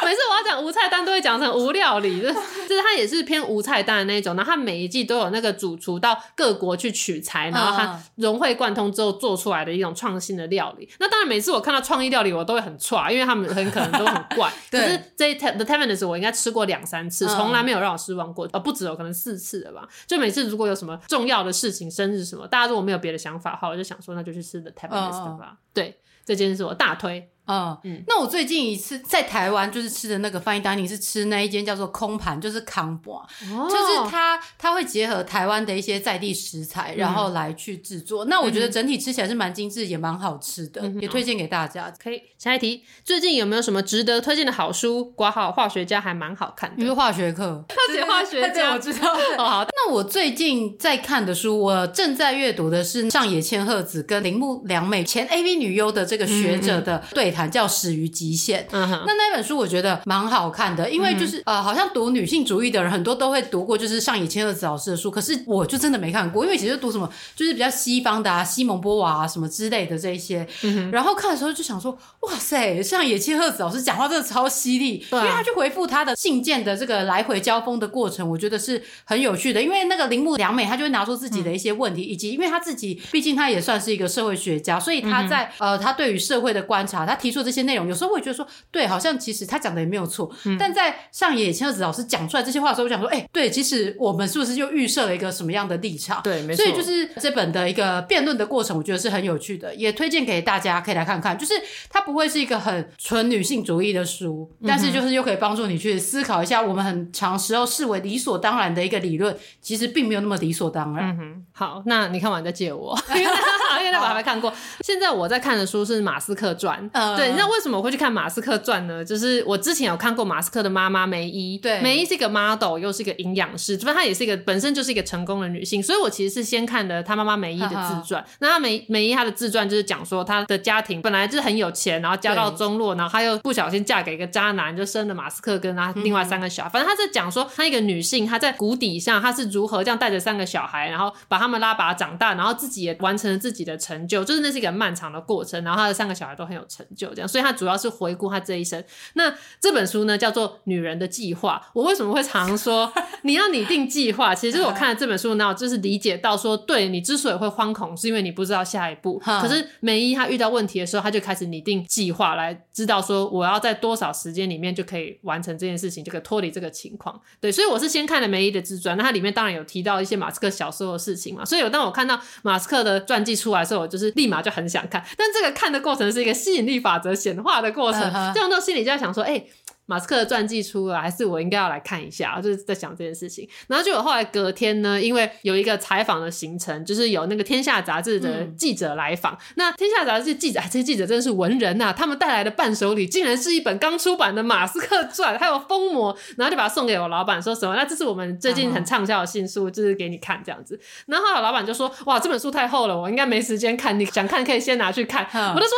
每次我要讲无菜单，都会讲成无料理，就是就是他也是偏无菜单的那一种。然后他每一季都有那个主厨到各国去取材，然后他
嗯
融会贯通之后做出来的一种创新的料理。那当然，每次我看到创意料理，我都会很歘，因为他们很可能都很 怪。可
对
是这一 The Tavernes 我应该吃过两三次，
嗯
从来没有让我失望过，呃，不止有可能四次了吧。就每次如果有什么重要的事情，生日什么，大家如果没有别的想法的话，我就想说那就去吃 The Tavernes 的吧。对，这件事我大推。
嗯
嗯
那我最近一次在台湾就是吃的那个 fine dining 是吃那一间叫做空盘，就是康博，
就
就是它它会结合台湾的一些在地食
嗯
材，然后来去制作。那我觉得整体吃起来是蛮精致，也蛮好吃的，
嗯
也推荐给大家。
可以，下一题，最近有没有什么值得推荐的好书？挂号化学家还蛮好看
因
的。
为化学课，
他写 化 学
对对
家
我知道。
哦，好，
那我最近在看的书，我正在阅读的是上野千鹤子跟铃木良美前 AV 女优的这个学者的对谈，叫《始于极限》。
嗯哼，
那那本书我觉得蛮好看的，因为就是、呃，好像读女性主义的人很多都会读过，就是上野千鹤子老师的书，可是我就真的没看过，因为其实读什么就是比较西方的啊，西蒙波娃啊什么之类的这一些，
嗯
然后看的时候就想说，哇塞，上野千鹤子老师讲话真的超犀利，
对啊
因为他去回复他的信件的这个来回交锋的过程，我觉得是很有趣的，因为那个铃木良美她就会拿出自己
嗯
的一些问题，以及因为她自己毕竟她也算是一个社会学家，所以
嗯
她在、呃她对于社会的观察，她提出的这些内容，有时候我也觉得说，对，好像其实她讲的也没有错，
嗯
但在上野千鹤子老师讲出来这些话的时候，我想说，哎、对，其实我们是不是就预设了一个什么样的立场？
对，没错，
所以就是这本的一个辩论的过程，我觉得是很有趣的，也推荐给大家可以来看看。就是它不会是一个很纯女性主义的书，
嗯
但是就是又可以帮助你去思考一下，我们很长时候视为理所当然的一个理论，其实并没有那么理所当
嗯
然。
好，那你看完再借 我，因为那因为那本还没看过。现在我在看的书是《马斯克传》，
嗯
对，你知道为什么我会去看《马斯克传》呢？就是我之前有看过马斯克的妈妈梅伊，
对
梅伊是一个 model，又是一个营养师，反正她也是一个本身就是一个成功的女性，所以我其实是先看的她妈妈梅伊的自传。那她梅梅伊她的自传就是讲说她的家庭本来就是很有钱，然后家道
对
中落，然后她又不小心嫁给一个渣男，就生了马斯克跟她另外三个小孩。反正她在讲说她一个女性，她在谷底下她是如何这样带着三个小孩，然后把他们拉拔长大，然后自己也完成了自己的成就，就是那是一个很漫长的过程。然后她的三个小孩都很有成就，这样，所以她主要是回顾她这一生。那这本书呢，叫做《女人的计划》。我为什么会常说你要拟定计划？其实就是我看了这本书呢，就是理解到说，对你之所以会惶恐，是因为你不知道下一步。
嗯
可是梅伊她遇到问题的时候，她就开始拟定计划，来知道说我要在多少时间里面就可以完成这件事情，就可以脱离这个情况。对，所以我是先看了梅伊的自传，那它里面当然有提到一些马斯克小时候的事情嘛，所以我当我看到马斯克的传记出来的时候，我就是立马就很想看。但这个看的过程是一个吸引力法则显化的过程
嗯哼，
这样到心里就在想说，哎、马斯克的传记出了，还是我应该要来看一下，就是在想这件事情。然后就有后来隔天呢，因为有一个采访的行程，就是有那个《天下》杂志的
嗯
记者来访。那《天下》杂志记者，哎，这些记者真的是文人呐、他们带来的伴手礼竟然是一本刚出版的《马斯克传》，还有封膜，然后就把它送给我老板，说什么？那这是我们最近很畅销的新书，
嗯
就是给你看这样子。然后后来老板就说：“哇，这本书太厚了，我应该没时间看，你想看可以先拿去看。”
嗯
我就说：“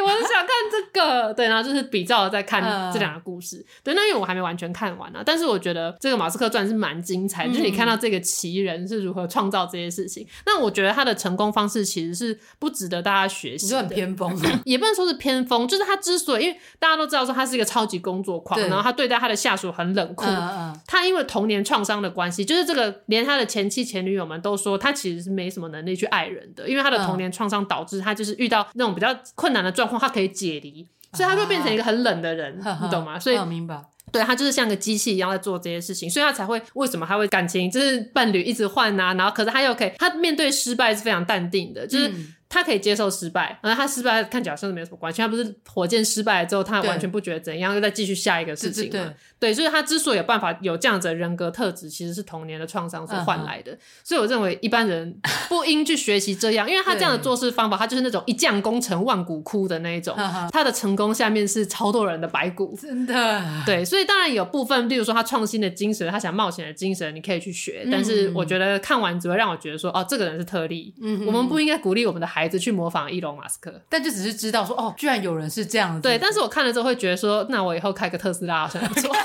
耶，我很想看这个。” 对，然后就是比照在看
嗯
这两个故事。对，那因为我还没完全看完呢、啊但是我觉得这个《马斯克传》是蛮精彩，就是你看
嗯
到这个奇人是如何创造这些事情。那我觉得他的成功方式其实是不值得大家学
你
习
说很
的。
偏锋，
也不能说是偏锋，就是他之所以，因为大家都知道说他是一个超级工作狂，
对
然后他对待他的下属很冷酷，
嗯嗯，
他因为童年创伤的关系，就是这个连他的前妻前女友们都说他其实是没什么能力去爱人的，因为他的
嗯
童年创伤导致他就是遇到那种比较困难的状况，他可以解离。所以他就变成一个很冷的人，你懂吗？所以
嗯明白。
对他就是像个机器一样在做这些事情，所以他才会为什么他会感情就是伴侣一直换啊，然后可是他又可以，他面对失败是非常淡定的，就是
嗯
他可以接受失败，然后他失败看起来好像是没有什么关系。他不是火箭失败了之后，他
对
完全不觉得怎样，又再继续下一个事情嘛。
对对对
对所以他之所以有办法有这样子的人格特质，其实是童年的创伤
嗯
所换来的。所以我认为一 般人不应去学习这样，因为他这样的做事方法，他就是那种一将功成万骨枯的那一种
嗯哼。
他的成功下面是超多人的白 骨。
真的，
对，所以当然有部分，例如说他创新的精神，他想冒险的精神，你可以去学。但是我觉得看完只会让我觉得说，哦，这个人是特例，
嗯
我们不应该鼓励我们的孩子去模仿伊隆马斯克。
但就只是知道说，哦，居然有人是这样子，
对，但是我看了之后会觉得说，那我以后开个特斯拉好像不错。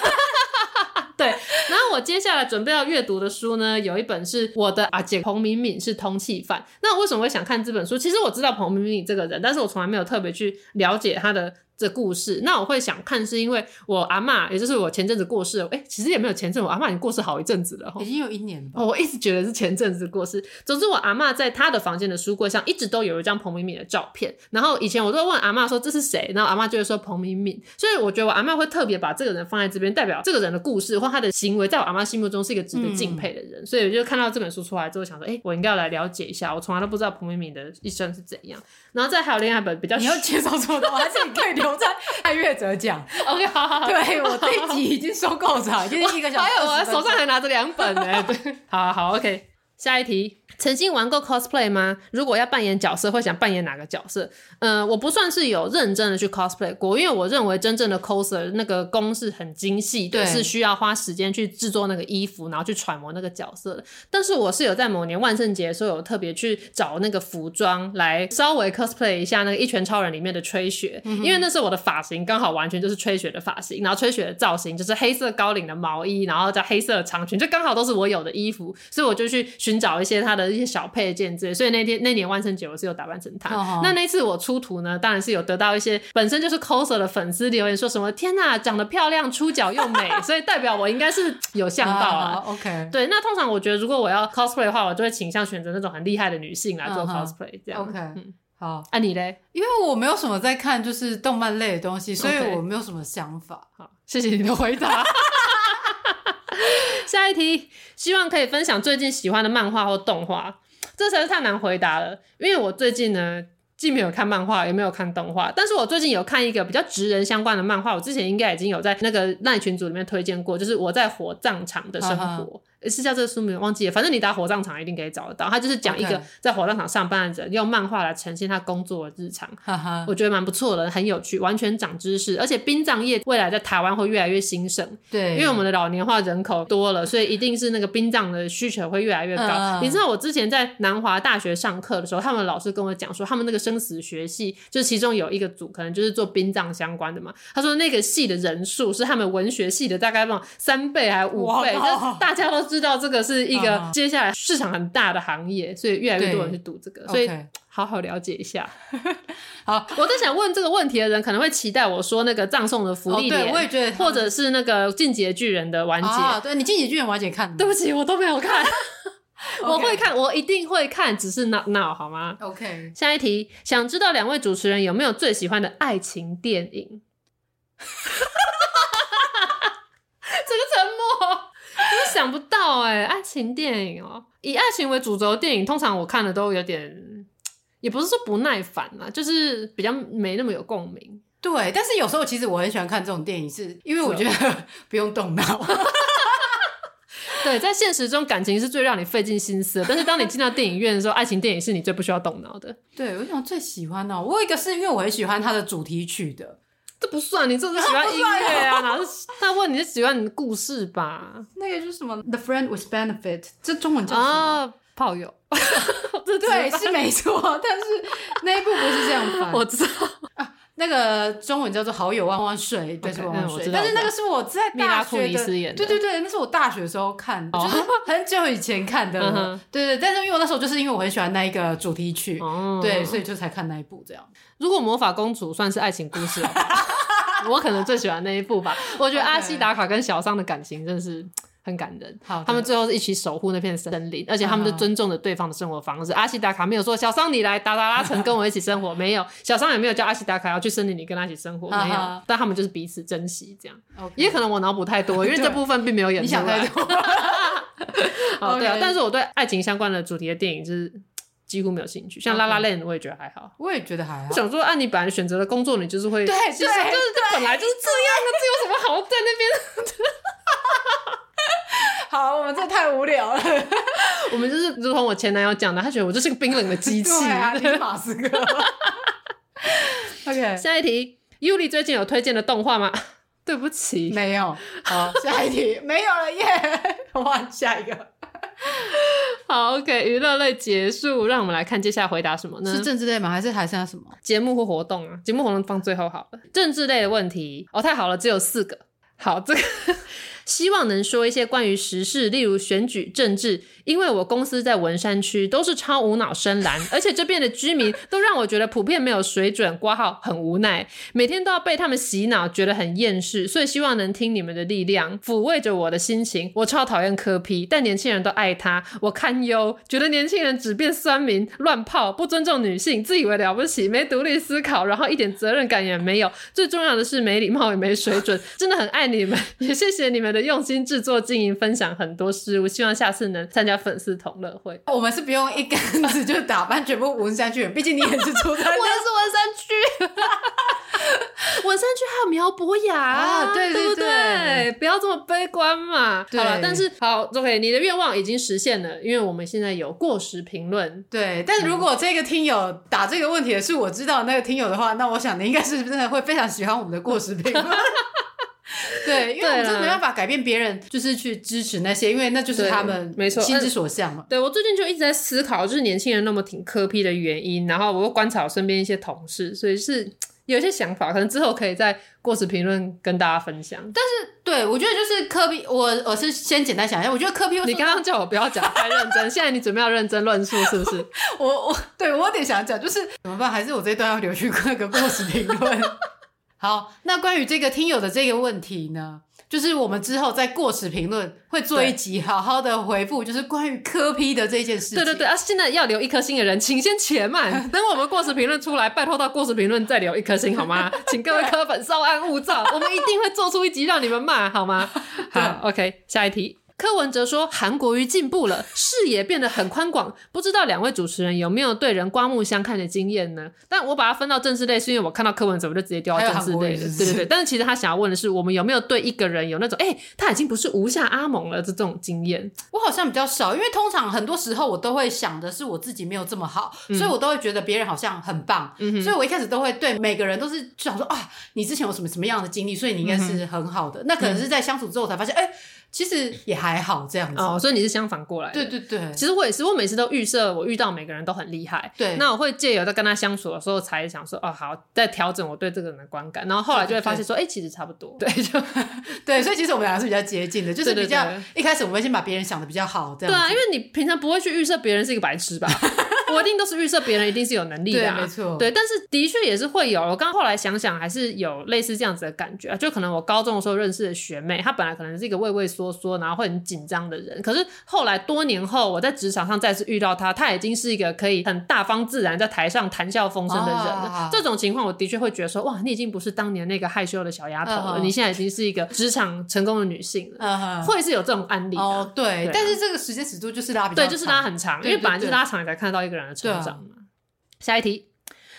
对，然后我接下来准备要阅读的书呢，有一本是我的阿姐彭敏敏是通缉犯。那我为什么会想看这本书？其实我知道彭敏敏这个人，但是我从来没有特别去了解她的这故事。那我会想看，是因为我阿嬷，也就是我前阵子过世了，哎，其实也没有前阵，我阿嬷已经过世好一阵子了。吼
已经有一年吧，
哦，我一直觉得是前阵子过世。总之，我阿嬷在她的房间的书柜上一直都有一张彭敏敏的照片。然后以前我都会问阿嬷说这是谁，然后阿嬷就会说彭敏敏。所以我觉得我阿嬷会特别把这个人放在这边，代表这个人的故事或他的行为，在我阿嬷心目中是一个值得敬佩的人。所以我就看到这本书出来之后，想说，哎、我应该要来了解一下。我从来都不知道彭敏敏的一生是怎样。然后再还有另外一本比较
你要介绍这么多，还是你可以留在爱乐者讲？
OK，好好好，
对我这一集已经收够长，已经是一个小时
还
20分
有
钟，
我手上还拿着两本呢、 对，好好 OK。下一题，曾经玩过 cosplay 吗？如果要扮演角色，会想扮演哪个角色？呃，我不算是有认真的去 cosplay 过，因为我认为真正的 coser 那个功是很精细的，
对
是需要花时间去制作那个衣服，然后去揣摩那个角色的。但是我是有在某年万圣节的时候有特别去找那个服装来稍微 cosplay 一下那个《一拳超人》里面的吹雪，因为那时候我的发型刚好完全就是吹雪的发型，然后吹雪的造型就是黑色高领的毛衣，然后加黑色的长裙，就刚好都是我有的衣服，所以我就去寻找一些它的一些小配件之类。所以那天那年万圣节我是有打扮成它。
哦
那那次我出图呢，当然是有得到一些本身就是 coser 的粉丝留言说什么天呐，长得漂亮，出脚又美，所以代表我应该是有像到啊。
啊，OK，
对，那通常我觉得如果我要 cosplay 的话，我就会倾向选择那种很厉害的女性来做
嗯哼
cosplay 这样。
OK 好，
啊，你嘞？
因为我没有什么在看就是动漫类的东西，所以
OK
我没有什么想法。
好，谢谢你的回答。下一题，希望可以分享最近喜欢的漫画或动画。这实在是太难回答了，因为我最近呢既没有看漫画，也没有看动画，但是我最近有看一个比较职人相关的漫画，我之前应该已经有在那个赖群组里面推荐过，就是我在火葬场的生
啊哈
活。呃是叫这个书名忘记了，反正你打火葬场一定可以找得到。他就是讲一个
OK
在火葬场上班的人用漫画来呈现他工作的日常，
哈哈，
我觉得蛮不错的，很有趣，完全长知识。而且殡葬业未来在台湾会越来越兴盛，
对，
因为我们的老年化人口多了，所以一定是那个殡葬的需求会越来越高。
嗯
你知道我之前在南华大学上课的时候，他们老师跟我讲说，他们那个生死学系，就是其中有一个组可能就是做殡葬相关的嘛。他说那个系的人数是他们文学系的大概那种三倍还是五
哇哦
倍，就大家都知道这个是一个
嗯
接下来市场很大的行业，所以越来越多人去读这个，所以
嗯 OK
好好了解一下。
好，
我在想问这个问题的人可能会期待我说那个葬送的福
哦
利
对，
莲
我也觉得
或者是那个《进击的巨人》的完结。
啊，对你进击巨人完结看了吗
哦对不起，我都没有 看，我
OK
会看，我一定会看，只是 not now 好吗？
？OK，
下一题，想知道两位主持人有没有最喜欢的爱情电影？ 这个沉默，我真想不到哎、爱情电影哦、以爱情为主轴的电影，通常我看的都有点，也不是说不耐烦啦，就是比较没那么有共鸣。
对，但是有时候其实我很喜欢看这种电影，是因为我觉
啊
得 不用动脑。
对，在现实中感情是最让你费尽心思的，但是当你进到电影院的时候，爱情电影是你最不需要动脑的。
对，我想最喜欢哦，我有一个是因为我很喜欢它的主题曲的
这不算，你这是喜欢音乐啊， 哪是？他问你是喜欢你的故事吧？
那个就是什么《The Friend with Benefit》，这中文叫什么？
啊，炮友，这
对，
只是
是没错， 但是那一部不是这样翻， 啊
我知道，
那个中文叫做《好友万万岁》，对，是
OK，
万万
嗯我
岁
知。道
但是那个是我在
米拉
大
库
学
尼斯演的
的，对对对，那是我大学的时候看的，
哦
就是很久以前看的
嗯
了
哼。
对对，但是因为我那时候就是因为我很喜欢那一个主题曲，
哦
对，所以就才看那一部这样。
如果魔法公主算是爱情故 事的话，我可能最喜欢那一部吧。我觉得
OK
阿西达卡跟小桑的感情真的是。很感人，
好的
他们最后是一起守护那片森林，而且他们就
哦嗯
尊重了对方的生活方式。阿西达卡没有说小桑你来达达拉城跟我一起生活，没有，小桑也没有叫阿西达卡要去森林里跟他一起生活，没
嗯
有
哼。
但他们就是彼此珍惜这样，
OK
也可能我脑补 太多，因为
对
这部分并没有演
你
出
想
来
太。多，
哦，对啊
OK，
但是我对爱情相关的主题的电影就是几乎没有兴趣。像拉拉链，我也觉得还好。
我也觉得还好
我。想说，啊，你本来选择了工作，你就是会，
对
其实
对
就是这本来就是这样啊，这有什么好在那 边？
好，我们这太无聊 了。
我们就是如同我前男友讲的，他觉得我就是个冰冷的机器。
对啊，你是马斯克。OK，
下一题，Yuli 最近有推荐的动画吗？对不起，
没有。好，下一题 没有了耶。 哇，下一个
好，OK，娱乐类结束，让我们来看接下来回答什么呢？
是政治类吗？还是还剩下什么？
节目或活动啊，节目活动放最后好了。政治类的问题哦，太好了，只有四个。好，这个 希望能说一些关于时事，例如选举、政治，因为我公司在文山区，都是超无脑深蓝，而且这边的居民都让我觉得普遍没有水准，挂号很无奈，每天都要被他们洗脑，觉得很厌世，所以希望能听你们的力量，抚慰着我的心情。我超讨厌柯批，但年轻人都爱他，我堪忧，觉得年轻人只变酸民、乱泡、不尊重女性，自以为了不起，没独立思考，然后一点责任感也没有。最重要的是没礼貌也没水准，真的很爱你们，也谢谢你们的用心制作、经营、分享很多事物，希望下次能参加粉丝同乐会。。
我们是不用一竿子就打翻全部文山去，毕竟你也是出生的
是文山区， 文山区还有苗博雅
啊对
对
对
不
对
不要这么悲观嘛。
对
好了，但是好，OK，你的愿望已经实现了，因为我们现在有过时评论。
对，但如果这个听友打这个问题的是我知道的那个听友的话，那我想你应该是真的会非常喜欢我们的过 时评论。对，因为我们真的没办法改变别人，就是去支持那些，因为那就是他们
对没错
心之所向嘛。
对我最近就一直在思考，就是年轻人那么挺科批的原因，然后我又观察我身边一些同事，所以是有一些想法，可能之后可以在过时评论跟大家分享。但
对，我觉得就是科比，我我是先简单想一下，我觉得科比，
你刚刚叫我不要讲太认真，现在你准备要认真论述是不是？
我我对我有点想讲，就是怎么办？还是我这一段要留去那个过时评论。好，那关于这个听友的这个问题呢，就是我们之后在过时评论会做一集，好好的回复，就是关于科批的这件事情。
对对对啊！现在要留一颗星的人，请先且慢， 等我们过时评论出来，拜托到过时评论再留一颗星好 吗？请各位科粉稍安勿躁，我们一定会做出一集让你们骂好吗？ 好，OK，下一题。柯文哲说：“韩国瑜进步了，视野变得很宽广。不知道两位主持人有没有对人刮目相看的经验呢？但我把它分到政治类，是因为我看到柯文哲，我就直接丢到
还有
政治
韩国
类
瑜
了。
是不
对对
是
对。但是其实他想要问的是，我们有没有对一个人有那种，哎、他已经不是无下阿蒙了这种经验？
我好像比较少，因为通常很多时候我都会想的是我自己没有这么好，
嗯
所以我都会觉得别人好像很棒，所以我一开始都会对每个人都是想说啊，你之前有什么什么样的经历，所以你应
嗯
该是很好的。那可能是在相处之后才发现，哎、其实也还好这样子。
哦，所以你是相反过来的。
对对对，
其实我也是，我每次都预设我遇到每个人都很厉害，
对
那我会借由在跟他相处的时候才想说，哦，好，再调整我对这个人的观感，然后后来就会发现说，哎、其实差不多，对，就
对，所以其实我们俩是比较接近的，就是
对对
比较
对
一开始我们会先把别人想的比较好，这
对
样
啊，
子。
因为你平常不会去预设别人是一个白痴吧？ 我一定都是预设别人一定是有能力的、啊，
对没错
对，但是的确也是会有。我刚后来想想，还是有类似这样子的感觉啊。就可能我高中的时候认识的学妹，她本来可能是一个畏畏缩缩，然后会很紧张的人，可是后来多年后，我在职场上再次遇到她，她已经是一个可以很大方自然在台上谈笑风生的人了。
啊
这种情况，我的确会觉得说，哇，你已经不是当年那个害羞的小丫头了，
嗯嗯
你现在已经是一个职场成功的女性了，
嗯哼
会是有这种案例的。
哦
对
对
啊，
但是这个时间尺度就是拉比较
对，
长
就是拉很长，因
对
为
对
本来就是
对啊
拉长，你才看得到一个人的成长嘛。下一题。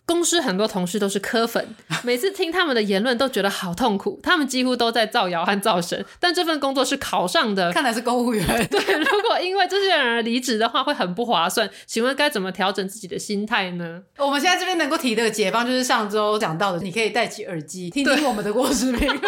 公司很多同事都是科粉， 每次听他们的言论都觉得好痛苦。他们几乎都在造谣和造神，但这份工作是考 上的。
看来是公务员。
对，如果因为这些人而离职的话，会很不划算。请问该怎么调整自己的心态呢？
我们现在这边能够提的解放，就是上周讲到的，你可以戴起耳机听听我们的过时评 论，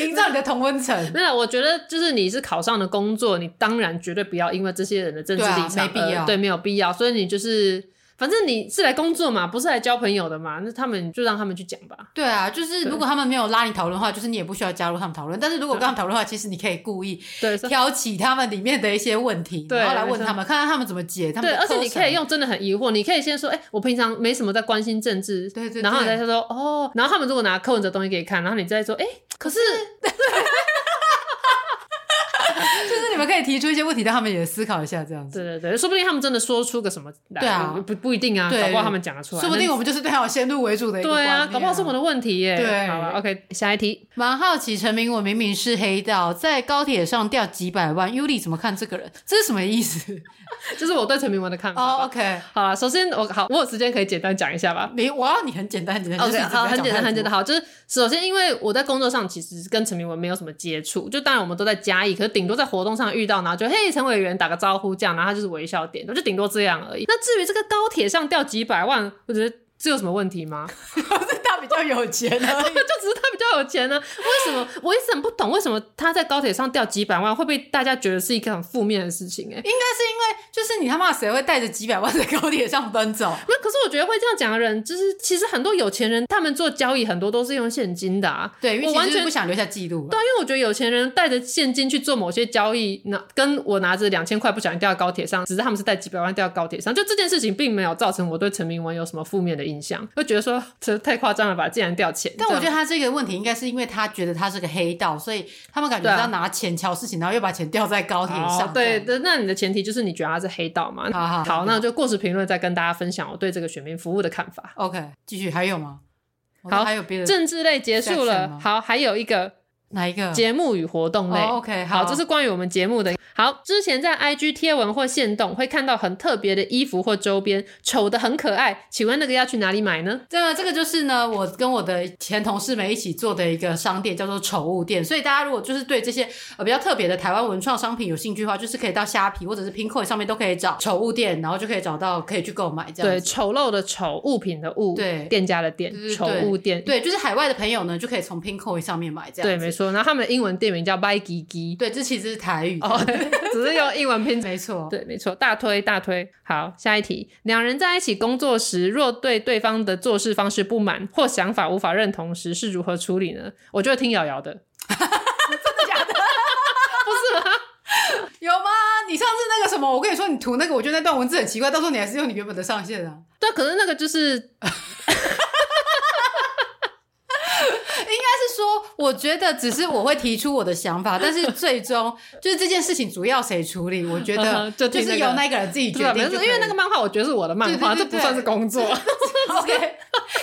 营造你的同温层。
没有，我觉得就是你是考上的工作，你当然绝对不要因为这些人的政治
对啊
立场，
没必要
呃对，没有必要。所以你就是，反正你是来工作嘛，不是来交朋友的嘛，那他们就让他们去讲吧。
对啊，就是如果他们没有拉你讨论的话，就是你也不需要加入他们讨论。但是如果跟他们讨论的话，其实你可以故意
对，
挑起他们里面的一些问题，
对
然后来问他们，看看他们怎么解。他们
对，
的
而且你
closure
可以用真的很疑惑，你可以先说，哎、我平常没什么在关心政治，
对对
然后你
对
再说哦，然后他们如果拿柯文哲东西给你看，然后你再说，哎、可是
就是你们可以以提出一些问题，让他们也思考一下，这样子。
对对对，说不定他们真的说出个什么来，
对啊
不不一定啊，
对
搞不好他们讲得出来，
说不定
那
我们就是对他有先入为主的一个观
对
念、
啊，搞不好是我的问题耶。
对
好了，OK，下一题，
蛮好奇，陈明我明明是黑道，在高铁上掉几百万，尤里怎么看这个人？这是什么意思？
这是我对陈明文的看法
哦、
吧。
o k
好了，首先我好，我有时间可以简单讲一下吧。
你我要你很简单，很简单，就是
OK，
你不要
好，哦很
讲
简
太
单，很
多
简单。。好，就是首先，因为我在工作上其实跟陈明文没有什么接触，就当然我们都在嘉义，可是顶多在活动上遇到，然后就嘿，陈委员打个招呼这样，然后他就是微笑点，我就顶多这样而已。那至于这个高铁上掉几百万，我觉得这有什么问题吗？
他比较有钱啊 而已
就只是他比较有钱呢、为什么？我一直很不懂，为什么他在高铁上掉几百万会被大家觉得是一个很负面的事情、欸？哎，
应该是因为就是你他妈谁会带着几百万在高铁上奔走？
那可是我觉得会这样讲的人，就是其实很多有钱人他们做交易很多都是用现金的啊。
对，因为其
我
实
完
就是
全
不想留下记录。
对啊，因为我觉得有钱人带着现金去做某些交易，那跟我拿着两千块不小心掉到高铁上，只是他们是带几百万掉到高铁上，就这件事情并没有造成我对陈明文有什么负面的印象，会觉得说这太夸张了吧，竟然掉钱。
但我觉得
这样
他这个问题应该是因为他觉得他是个黑道，所以他们感觉
对啊
是要拿钱瞧事情，然后又把钱掉在高铁上。
哦，对，，那那你的前提就是你觉得他是黑道嘛？
好好
好，那我就过时评论再跟大家分享我对这个选民服务的看法。
OK，继续还有吗？我
好
还有别的
政治类结束
Section 吗
了，好，还有一个
哪一个？
节目与活动类。
哦，OK，
好，
好，
这是关于我们节目的。好，之前在 IG 贴文或线动会看到很特别的衣服或周边，丑的很可爱，请问那个要去哪里买呢？
这这个就是呢，我跟我的前同事们一起做的一个商店，叫做宠物店。所以大家如果就是对这些呃比较特别的台湾文创商品有兴趣的话，就是可以到虾皮或者是 Pinkoi 上面都可以找宠物店，然后就可以找到可以去购买这样
对，
子。
丑陋的丑，物品的物，
对
店家的店
对对，对
丑物店，
对，就是海外的朋友呢，就可以从 Pinkoi 上面买这
对，
样子。
没错。然后他们的英文店名叫 By g i g i
对，这其实是台语。
哦，只是用英文拼
没错。
对，没错，大推大推。好，下一题，两人在一起工作时，若对对方的做事方式不满或想法无法认同时，是如何处理呢？我就会听瑶瑶的。
有吗？你上次那个什么，我跟你说，你涂那个，我觉得那段文字很奇怪，到时候你还是用你原本的上限啊。
对，可是那个就是
是说，我觉得只是我会提出我的想 法，但是最终就是这件事情主要谁处理，我觉得
嗯哼 就听
是
那个
由那个人自己
对
决
吧？
定
没
就
错，
可以了，
因为那个漫画，我觉得是我的漫画，
对对对
这不算是工作。
OK，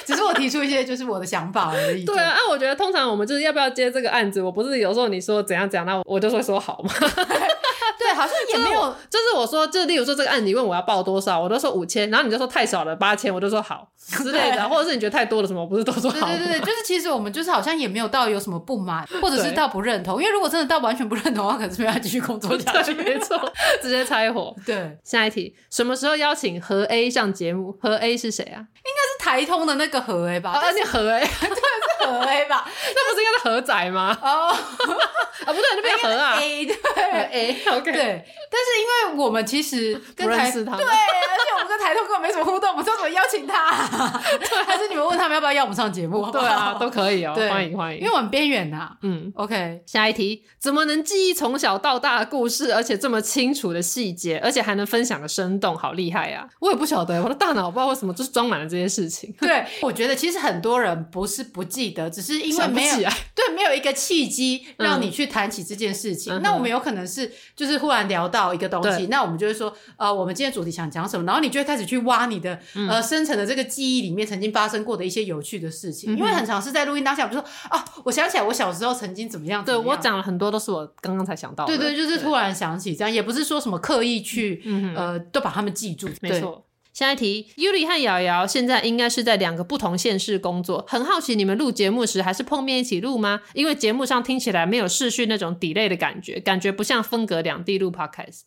只是我提出一些就是我的想法而已。
对啊，啊，我觉得通常我们就是要不要接这个案子，我不是有时候你说怎样怎样，那我就会说好嘛。
对，好像也没有。
就是我说，就例如说这个案子，你问我要报多少，我都说五千，然后你就说太少了八千，我就说好之类
对
的，或者是你觉得太多了什么，我啊不是都说
对
好吗？
对对对，就是其实我们就是好像也没有到有什么不满，或者是
对
到不认同，因为如果真的到完全不认同的话，可能是没法继续工作 下去。
对，没错，直接拆伙。
对，是
下一题，什么时候邀请何 A 上节目？何 A 是谁啊？
台通的那个何 A 吧，
啊，那何 A，
哦是何 A 吧？
那不是应该是何仔吗？
哦，
啊，不对，那边何 啊，
A 对
何 A，OK，、
对，但是因为我们其实跟
不认
台
识他
对，啊而且我们跟台通根本没什么互动，我们知道怎么邀请他、 还是你们问他们要不要邀我们上节目？好不好
对啊，都可以哦，
对
欢迎欢
因
迎
为。我很边缘呐。
嗯，
OK，
下一题，怎么能记忆从小到大的故事，而且这么清楚的细节，而且还能分享的生动，好厉害啊！我也不晓得，我的大脑不知道为什么就是装满了这些事情，
对，我觉得其实很多人不是不记得，只是 因为
想不
没有
起来。
对没有一个契机
嗯
让你去谈起这件事情。
嗯哼
那我们有可能是就是忽然聊到一个东西
对，
那我们就会说，呃，我们今天主题想讲什么，然后你就会开始去挖你的、
嗯
呃深层的这个记忆里面曾经发生过的一些有趣的事
嗯
情。因为很常是在录音当下，我就说啊，我想起来我小时候曾经怎么样，
对
怎么
我
样。
讲了很多都是我刚刚才想到的，
对对，就是突然想起这样，也不是说什么刻意去，
嗯哼
呃，都把他们记住。
没错。下一题，Yuri 和瑶瑶现在应该是在两个不同县市工作，很好奇你们录节目时还是碰面一起录吗？因为节目上听起来没有视讯那种 delay 的感觉，感觉不像分隔两地录 podcast。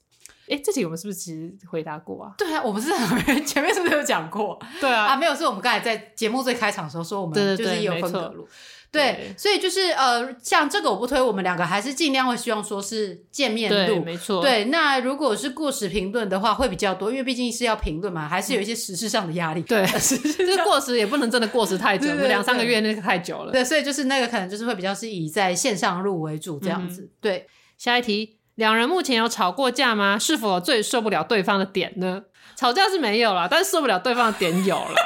哎，这题我们是不是其实回答过啊？
对。对啊，我们是 前面是不是有讲过
对啊
啊？没有，是我们刚才在节目最开场的时候说我
对
们
对
就是
对
也有
没
分
错
隔路。对，所以就是呃，像这个我不推，我们两个还是尽量会希望说是见面
对，
录。
没错，
对，那如果是过时评论的话，会比较多，因为毕竟是要评论嘛，还是有一些时事上的压力。
对，就是过时也不能真的过时太久，
对对
我们两三个月那个太久 了。
对，所以就是那个可能就是会比较是以在线上录为主这样子。对，
下一题，两人目前有吵过架吗？是否有最受不了 对方的点呢？吵架是没有啦，但是受不了对方的点有啦。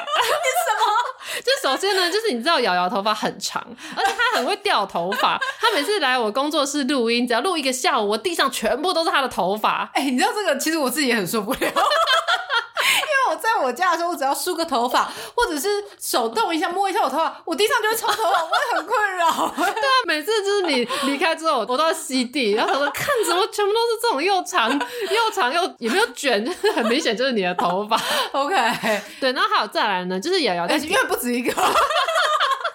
就首先呢，就是你知道瑶瑶头发很长，而且她很会掉头发。她每次来我工作室录音，只要录一个下午，我地上全部都是她的头发。
哎、你知道这个，其实我自己也很受不了。 因为我在我家的时候，我只要梳个头发，或者是手动一下摸一下我头发，我地上就会抽头 发，我会很困扰。
对啊，每次就是你离开之后，我都要吸地，然后她说看怎么全部都是这种又长又长又也没有卷，就是很明显就是你的头发。
OK，
对，然后还有再来呢，就是瑶瑶在
而且因为不止一个，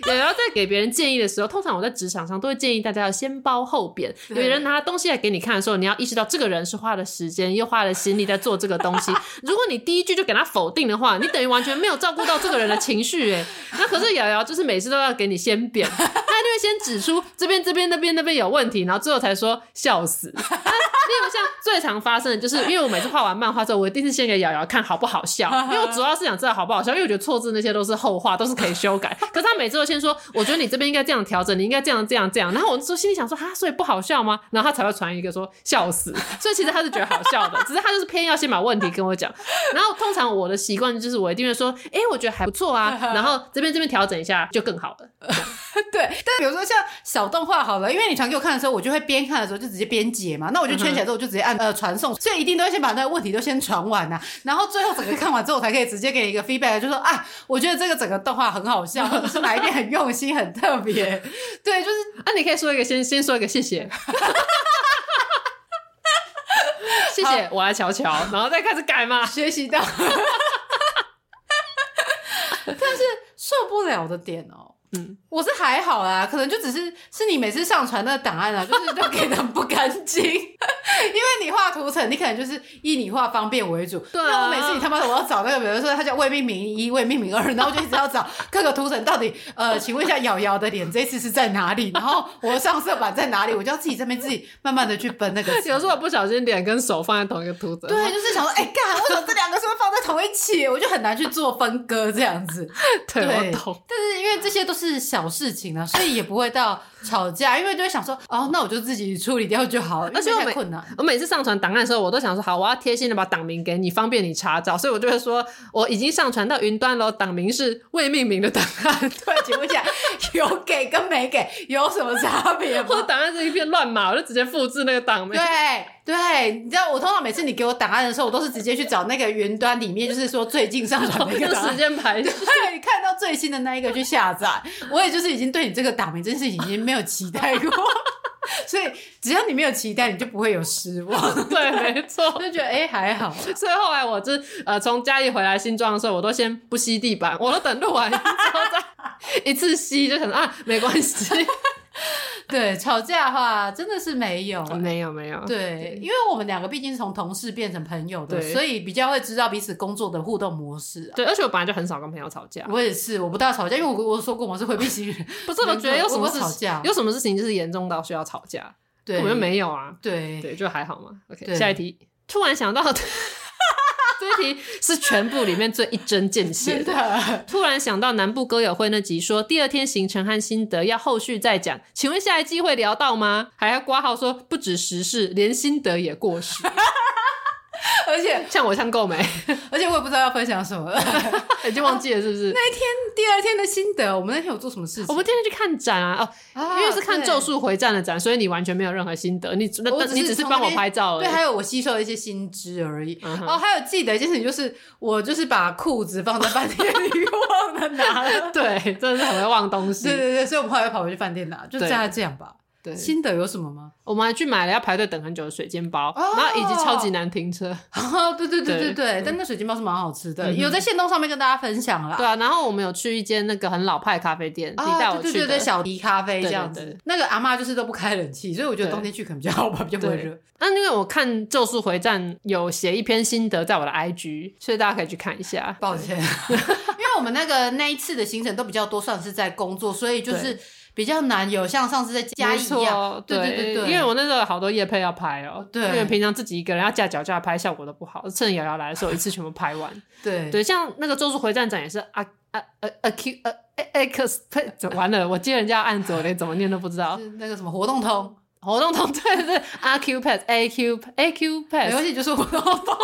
有人在给别人建议的时候，通常我在职场上都会建议大家要先包后扁。有
对
人拿东西来给你看的时候，你要意识到这个人是花了时间又花了心力在做这个东西。如果你第一句就给他否定的话，你等于完全没有照顾到这个人的情绪。哎，那可是瑶瑶就是每次都要给你先扁，他一定会先指出这边、这边、那边、那边有问题，然后最后才说笑死。那例如像最常发生的就是，因为我每次画完漫画之后，我一定是先给瑶瑶看好不好笑，因为我主要是想知道好不好笑，因为我觉得错字那些都是后话，都是可以修改。可是他每次都先说，我觉得你这边应该这样调整，你应该这样这样这样。然后我就心里想说，哈，所以不好笑吗？然后他才会传一个说笑死。 所以其实他是觉得好笑的，只是他就是偏要先把问题跟我讲。然后通常我的习惯就是我一定会说，诶，我觉得还不错啊，然后这边这边调整一下就更好了。
对。但比如说像小动画好了，因为你传给我看的时候，我就会边看的时候就直接边解嘛，那我就圈起来之后我就直接按呃传送，所以一定都会先把那个问题都先传完呐、啊然后最后整个看完之后，我才可以直接给你一个 feedback，就说啊，我觉得这个整个动画很好笑，或者是哪一边很用心、很特别， 对，就是
啊，你可以说一个先先说一个谢谢。 谢谢，我来瞧瞧，然后再开始改嘛。
学习 到。但是受不了的点哦、
嗯
嗯，我是还好啦，可能就只是是你每次上传那个档案啊，就是都给的不干净， 因为你画图层，你可能就是以你画方便为主。
对啊
那我每次你他妈的我要找那个，比如说他叫未命名一、未命名二，然后我就一直要 找各个图层到底呃，请问一下瑶瑶的脸这次是在哪里？然后我的上色板在哪里？我就要自己这边自己慢慢的去奔那个字。
有时候我不小心脸跟手放在同一个图纸，
对，就是想说，哎、干，为什么这两个是会放在同一起？我就很难去做分割这样子。
对，
对
我懂。
但是因为这些都是小事情了，所以也不会到吵架，因为就会想说，哦，那我就自己处理掉就好了，
而且
因
我
为太
每
困难。
我每次上传档案的时候，我都想说好，我要贴心的把档名给你，方便你查找，所以我就会说我已经上传到云端了，档名是未命名的档案，
突然请问一下，有给跟没给有什么差别
或者
吗？
档案是一片乱码，我就直接复制那个档名
对。对，你知道我通常每次你给我档案的时候，我都是直接去找那个云端里面，就是说最近上传的一
用
个档
时
案。
间排序，
对，你看到最新的那一个去下载。 我也就是已经对你这个档名这件事情已经没有期待过， 所以只要你没有期待，你就不会有失望。
对，没错。
就觉得哎、还好，
所以后来我就是呃从嘉义回来新庄的时候，我都先不吸地板，我都等录完之后 再一次吸，就想说啊没关系，
对吵架的话真的是哦没有、
没有没有，
对，因为我们两个毕竟是从同事变成朋友的，
对
所以比较会知道彼此工作的互动模式、啊。
对，而且我本来就很少跟朋友吵架，
我也是，我不大吵架，因为我我说过我是回避型人，
不是我觉得有什么事
我不吵架
有什么事情就是严重到需要吵架，
对，
我觉得没有啊，
对，
对，就还好嘛。OK，
对
下一题，突然想到， 这一题是全部里面最一针见血
真
的。
的。
突然想到南部歌友会那集说，第二天行程和心得要后续再讲，请问下一季会聊到吗？还要挂号说不止时事，连心得也过时，
而且
像我像够没，
而且我也不知道要分享什么。
已经忘记了是不是？
第二天的心得，我们那天有做什么事情？
我们天天去看展啊，哦，
啊
因为是看《
对
咒术回战》的展，所以你完全没有任何心得，你那
我
那
只
你
是
只是
从
帮
那
我
边
拍照而已
对，。还有我吸收了一些新知而已。
嗯哼
哦，还有记得一件事情，就是我就是把裤子放在饭店里忘了拿 了。
啊对，真的是很会忘东西。
对对对，所以我们后来又跑回去饭店拿，就
对
大概这样吧。
对
新的有什么吗？
我们还去买了要排队等很久的水煎包，
哦
然后以及超级难停车。
哦，对对对
对
对对，但那水晶包是蛮好吃的，
嗯哼
有在线动上面跟大家分享啦。
对啊，然后我们有去一间那个很老派咖啡店，
啊
你带我
对
去
对
的。
对对，小迪咖啡
对
这样
对
子
对，
那个阿妈就是都不开冷气，所以我觉得
对
冬天去可能比较好吧，比较不会
对
热。
那因为我看《咒术回战》有写一篇心得在我的 IG，所以大家可以去看一下。
抱歉， 因为我们那个那一次的行程都比较多，算是在工作，所以就是比较难有像上次在嘉
没
义一样
错，，
对
对
对对，
因为我那时候有好多夜配要拍哦、
对
因为平常自己一个人要架脚架拍，效果都不好。趁瑶瑶来的时候，一次全部拍完。
对
对，像那个《咒术回战》展也是啊啊呃呃 Q 呃 X 呸，完了，我接人家案子，我连怎么念都不知道。
是那个什么活动通，
活动通对对，R Q Pass A Q A Q
没
Pass，
关系，就是活动通。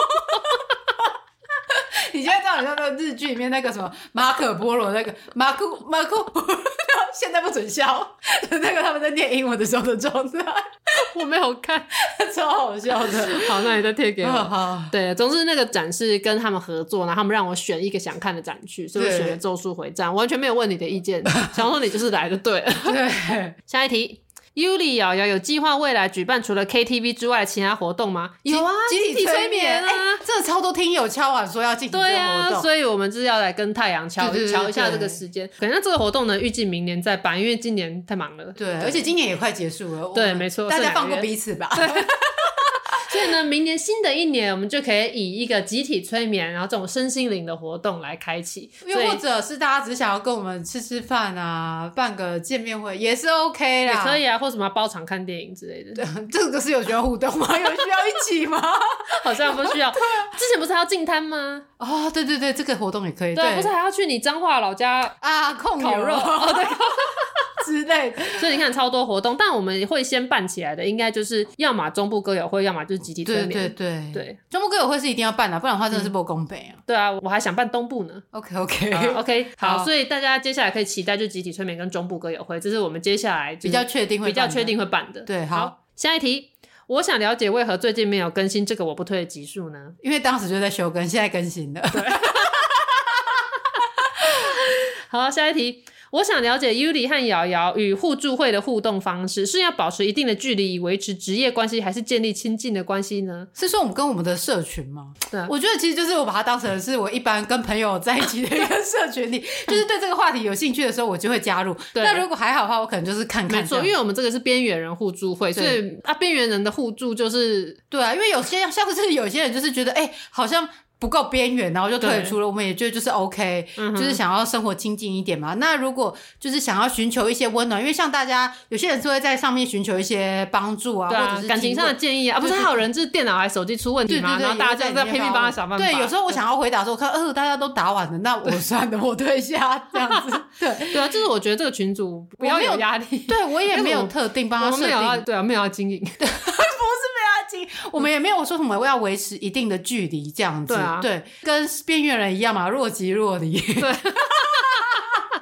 你现在这样很像那个日剧里面那个什么马可波罗那个马库马库， 现在不准笑， 那个他们在念英文的时候的状态，
我没有看。
超好笑的。
好，那你再贴给我。
好，
对，啊总之那个展是跟他们合作，然后他们让我选一个想看的展区，所以我
对
选了《咒术回战》，完全没有问你的意见，想说你就是来的对了。
对，
下一题。尤里瑶瑶有计划未来举办除了 KTV 之外的其他活动吗？有啊，
集集体催眠
啊，
哎真的超多听友敲碗说要进行这
对
个活
啊，
动。
所以我们就是要来跟太阳敲
对对对
敲一下
对
这个时间。可能这个活动呢，预计明年再办，因为今年太忙了。
对，而且今年也快结束了，我
对没错
大
剩
家
两个
放过
月
彼此吧。
所以呢，明年新的一年，我们就可以以一个集体催眠，然后这种身心灵的活动来开启。所以
又或者是大家只是想要跟我们吃吃饭啊，办个见面会也是 OK
也
啦，
可以啊，或什么包场看电影之类的，
这个是有需要互 动吗？有需要一起吗？
好像不需要。
啊
之前不是还要进摊吗？
哦，对对对，这个活动也可以，
对啊，不是还要去你彰化老家
啊，控
烤肉 哦对
之类的，
所以你看超多活动，但我们会先办起来的，应该就是要么中部歌友会，要么就是集体催
对
眠。
对对
对，
中部歌友会是一定要办的，啊不然的话真的是不公平啊。
对啊，我还想办东部 呢。
OK OK，
啊 OK，好，
好
所以大家接下来可以期待就集体催眠跟中部歌友会，这是我们接下来就是
比较确定会
比较
办的
确定会办的。
对好
好，下一题。我想了解为何最近没有更新这个我不推的集数呢？
因为当时就在休更，现在更新了。
好，下一题，我想了解 Yuli 和瑶瑶与互助会的互动方式，是要保持一定的距离以维持职业关系，还是建立亲近的关系呢？
是说我们跟我们的社群吗？
对啊
我觉得其实就是我把它当成是我一般跟朋友在一起的一个社群 里，就是对这个话题有兴趣的时候，我就会加入。
对
那如果还好的话，我可能就是看
没
看这
错，
样。
因为我们这个是边缘人互助会，所
对
以啊，边缘人的互助就是
对啊，因为有些像是有些人就是觉得，哎、好像。不够边缘，然后就退出了。我们也觉得就是 OK，、就是想要生活亲近一点嘛。那如果就是想要寻求一些温暖，因为像大家有些人是会在上面寻求一些帮助啊，
对
或
啊
者是，
感情
提
上的
问
建议啊，啊不
对
是
对
还有人就是电脑还手机出问
对对
题吗？
对，
然后大家
也
就
会
在
里
拼
面
命帮他想办法。
对，有时候我想要回答说，我看，呃，大家都打完了，那我算了，我退下这样子。对，
对啊，就是我觉得这个群组不要
我没有
有压力，
对我也没
因为我
有
们
特定帮
我
他
们
设
没有要
定，
对啊，没有要经营，
我们也没有说什么我要维持一定的距离这样子
对啊。
对，跟边缘人一样嘛，若即若离。对，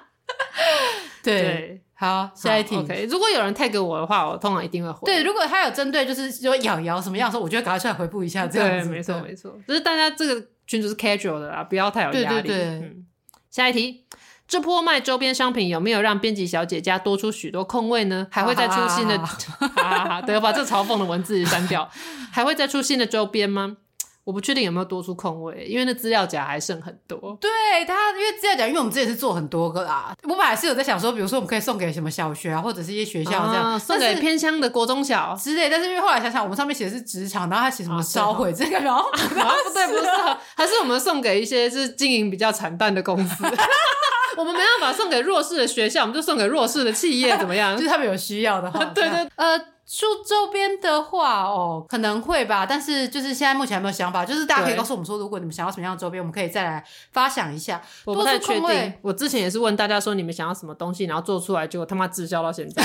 对，
对。
好，下一
好
题。
，OK，如果有人 tag 我的话，我通常一定会回。
对，如果他有针对，就是说瑶瑶什么样的时候，我就会赶快出来回复一 下，这样
对，
子。
没错
对
没错，就是大家这个群组是 casual 的啦，不要太有压力。
对对对
嗯，下一题。这波卖周边商品有没有让编辑小姐家多出许多空位呢？还会再出新的？
哈
哈
啊
哈哈！对，我把这嘲讽的文字 删掉。还会再出新的周边吗？我不确定有没有多出空位，因为那资料夹还剩很多。
对他，因为这样讲，因为我们之前是做很多个啦。我本来是有在想说，比如说我们可以送给什么小学啊，或者是一些学校这样，
啊送
但
给
是
偏乡的国 中小。
之类。但是因为后来想想，我们上面写的是职场，然后他写什么
啊
烧毁这个，然后
啊，不对，不是，还是我们送给一些就是经营比较惨淡的公司。 我们没办法送给弱势的学校，我们就送给弱势的企业，怎么 样
就？是他们有需要的话，
对呃
这样，呃。出周边的话，哦，可能会吧，但是就是现在目前还没有想法，就是大家可以
对
告诉我们说，如果你们想要什么样的周边，我们可以再来发想一下。
我不太确
多数空
定
位。
我之前也是问大家说你们想要什么东西，然后做出来，结果他妈滞销到现 在，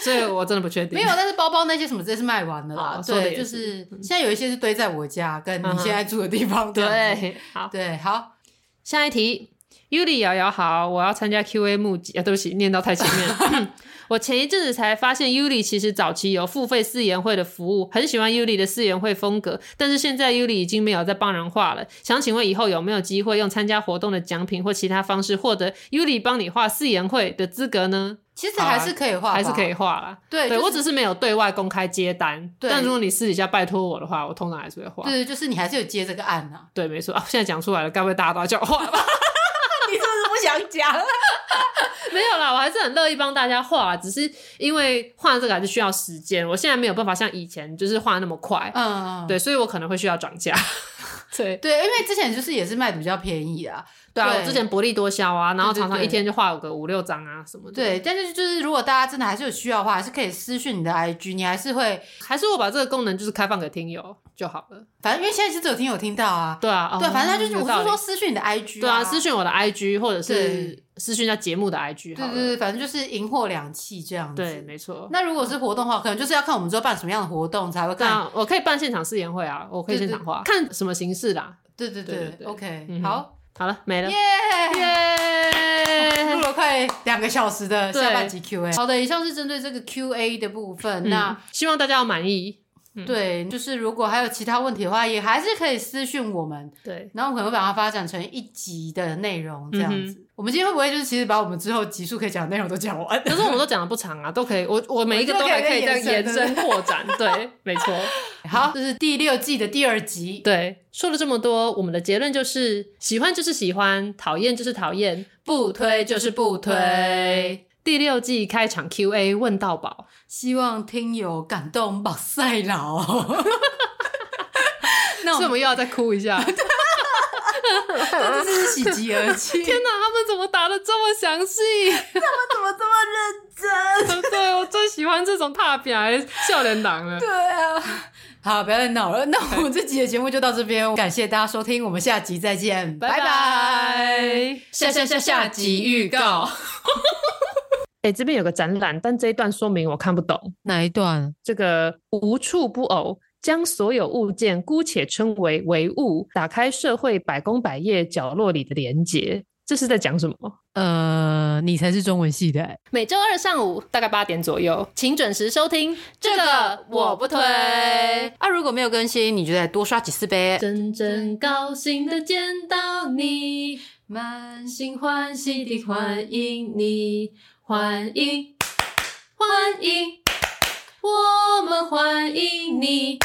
所以我真的不确定。
没有，但是包包那些什么，这是卖完了啦。
哦说得
对，
也
就是现在有一些是堆在我家跟
嗯
你
哼
现在住的地方。对，
对，好，
对，好，
下一题。Yuli 瑶瑶好，我要参加 Q&A 募集啊！对不起，念到太前 面了。我前一阵子才发现，Yuli 其实早期有付费四言会的服务，很喜欢 Yuli 的四言会风格，但是现在 Yuli 已经没有在帮人画了。想请问以后有没有机会用参加活动的奖品或其他方式获得 Yuli 帮你画四言会的资格呢？
其实还是可以画，
啊还是可以。画啦。
对，
对
就是
我只是没有对外公开接单，
对
但如果你私底下拜托我的话，我通常还是会画。
对，就是你还是有接这个案呐、
对，没错啊，现在讲出来了，该不会大家都要叫我画了吧？
你是不是不想讲？
没有啦，我还是很乐意帮大家画，只是因为画这个还是需要时间，我现在没有办法像以前就是画那么快，
嗯，
对，所以我可能会需要涨价。哦 对，
对，因为之前就是也是卖的比较便宜啊。
对啊，
对
我之前薄利多销啊，然后
对对
常常
对
一天就画个五六张啊什么的。
对，，但是就是如果大家真的还是有需要的话，还是可以私讯你的 IG，你还是会，
还是我把这个功能就是开放给听友就好了。
反正因为现在是只有听友听到啊。
对啊，哦
对，反正他就是
有
我
道
是
理
说私讯你的 IG，
对
啊，
啊，私。讯我的 IG 或者是
对
私讯一下节目的 IG 好
对对
了。
对，反正就是赢货两气这样子。
对，没错。
那如果是活动的话，可能就是要看我们之后办什么样的活动才会看。
那我可以办现场试验会啊，我可以
对
现
对
场画，看什么形式啦。
对对
对
对
对对
，OK，
嗯哼
好，
好了，没了，嗯
耶！
耶
录了快两个小时的
对
下半集 Q&A。好的，以上是针对这个 Q&A 的部分。那
嗯希望大家要满意。
对，就是如果还有其他问题的话，也还是可以私讯我们，
对，
然后我们可能会把它发展成一集的内容这样
嗯
子。我们今天会不会就是其实把我们之后集数可以讲的内容都讲完？
可是我们都讲的不长啊，都可以，我我每一个都还可以这样延伸扩展。对，没错。
好，这是第六季的第二集，
对，说了这么多，我们的结论就是：喜欢就是喜欢，讨厌就是讨厌，
不推就是不推。
第六季开场 Q&A 问到饱，
希望听友感动马赛佬。 那我
是我
们
们又要再哭一下。 天
这次是喜极而 泣，
哪，他们怎么答的这么详细？
怎么这么认真？
对我最喜欢这种踏表，笑脸党了。
对啊，好，不要再闹了。那我们这集的节目就到这边，感谢大家收听，我们下集再见，拜
拜
拜。
拜。
下下下下集预告，
哎、这边有个展览，但这一段说明我看不懂。
哪一段？
这个无处不偶，将所有物件姑且称为唯物，打开社会百工百业角落里的连结。这是在讲什么？
呃，你才是中文系的、欸
每周二上午大概八点左右，请准时收听。
这个我不推啊！如果没有更新，你就再多刷几次呗。
真正高兴的见到你，
满
心欢喜的欢迎你，欢迎，欢迎，我们欢迎你。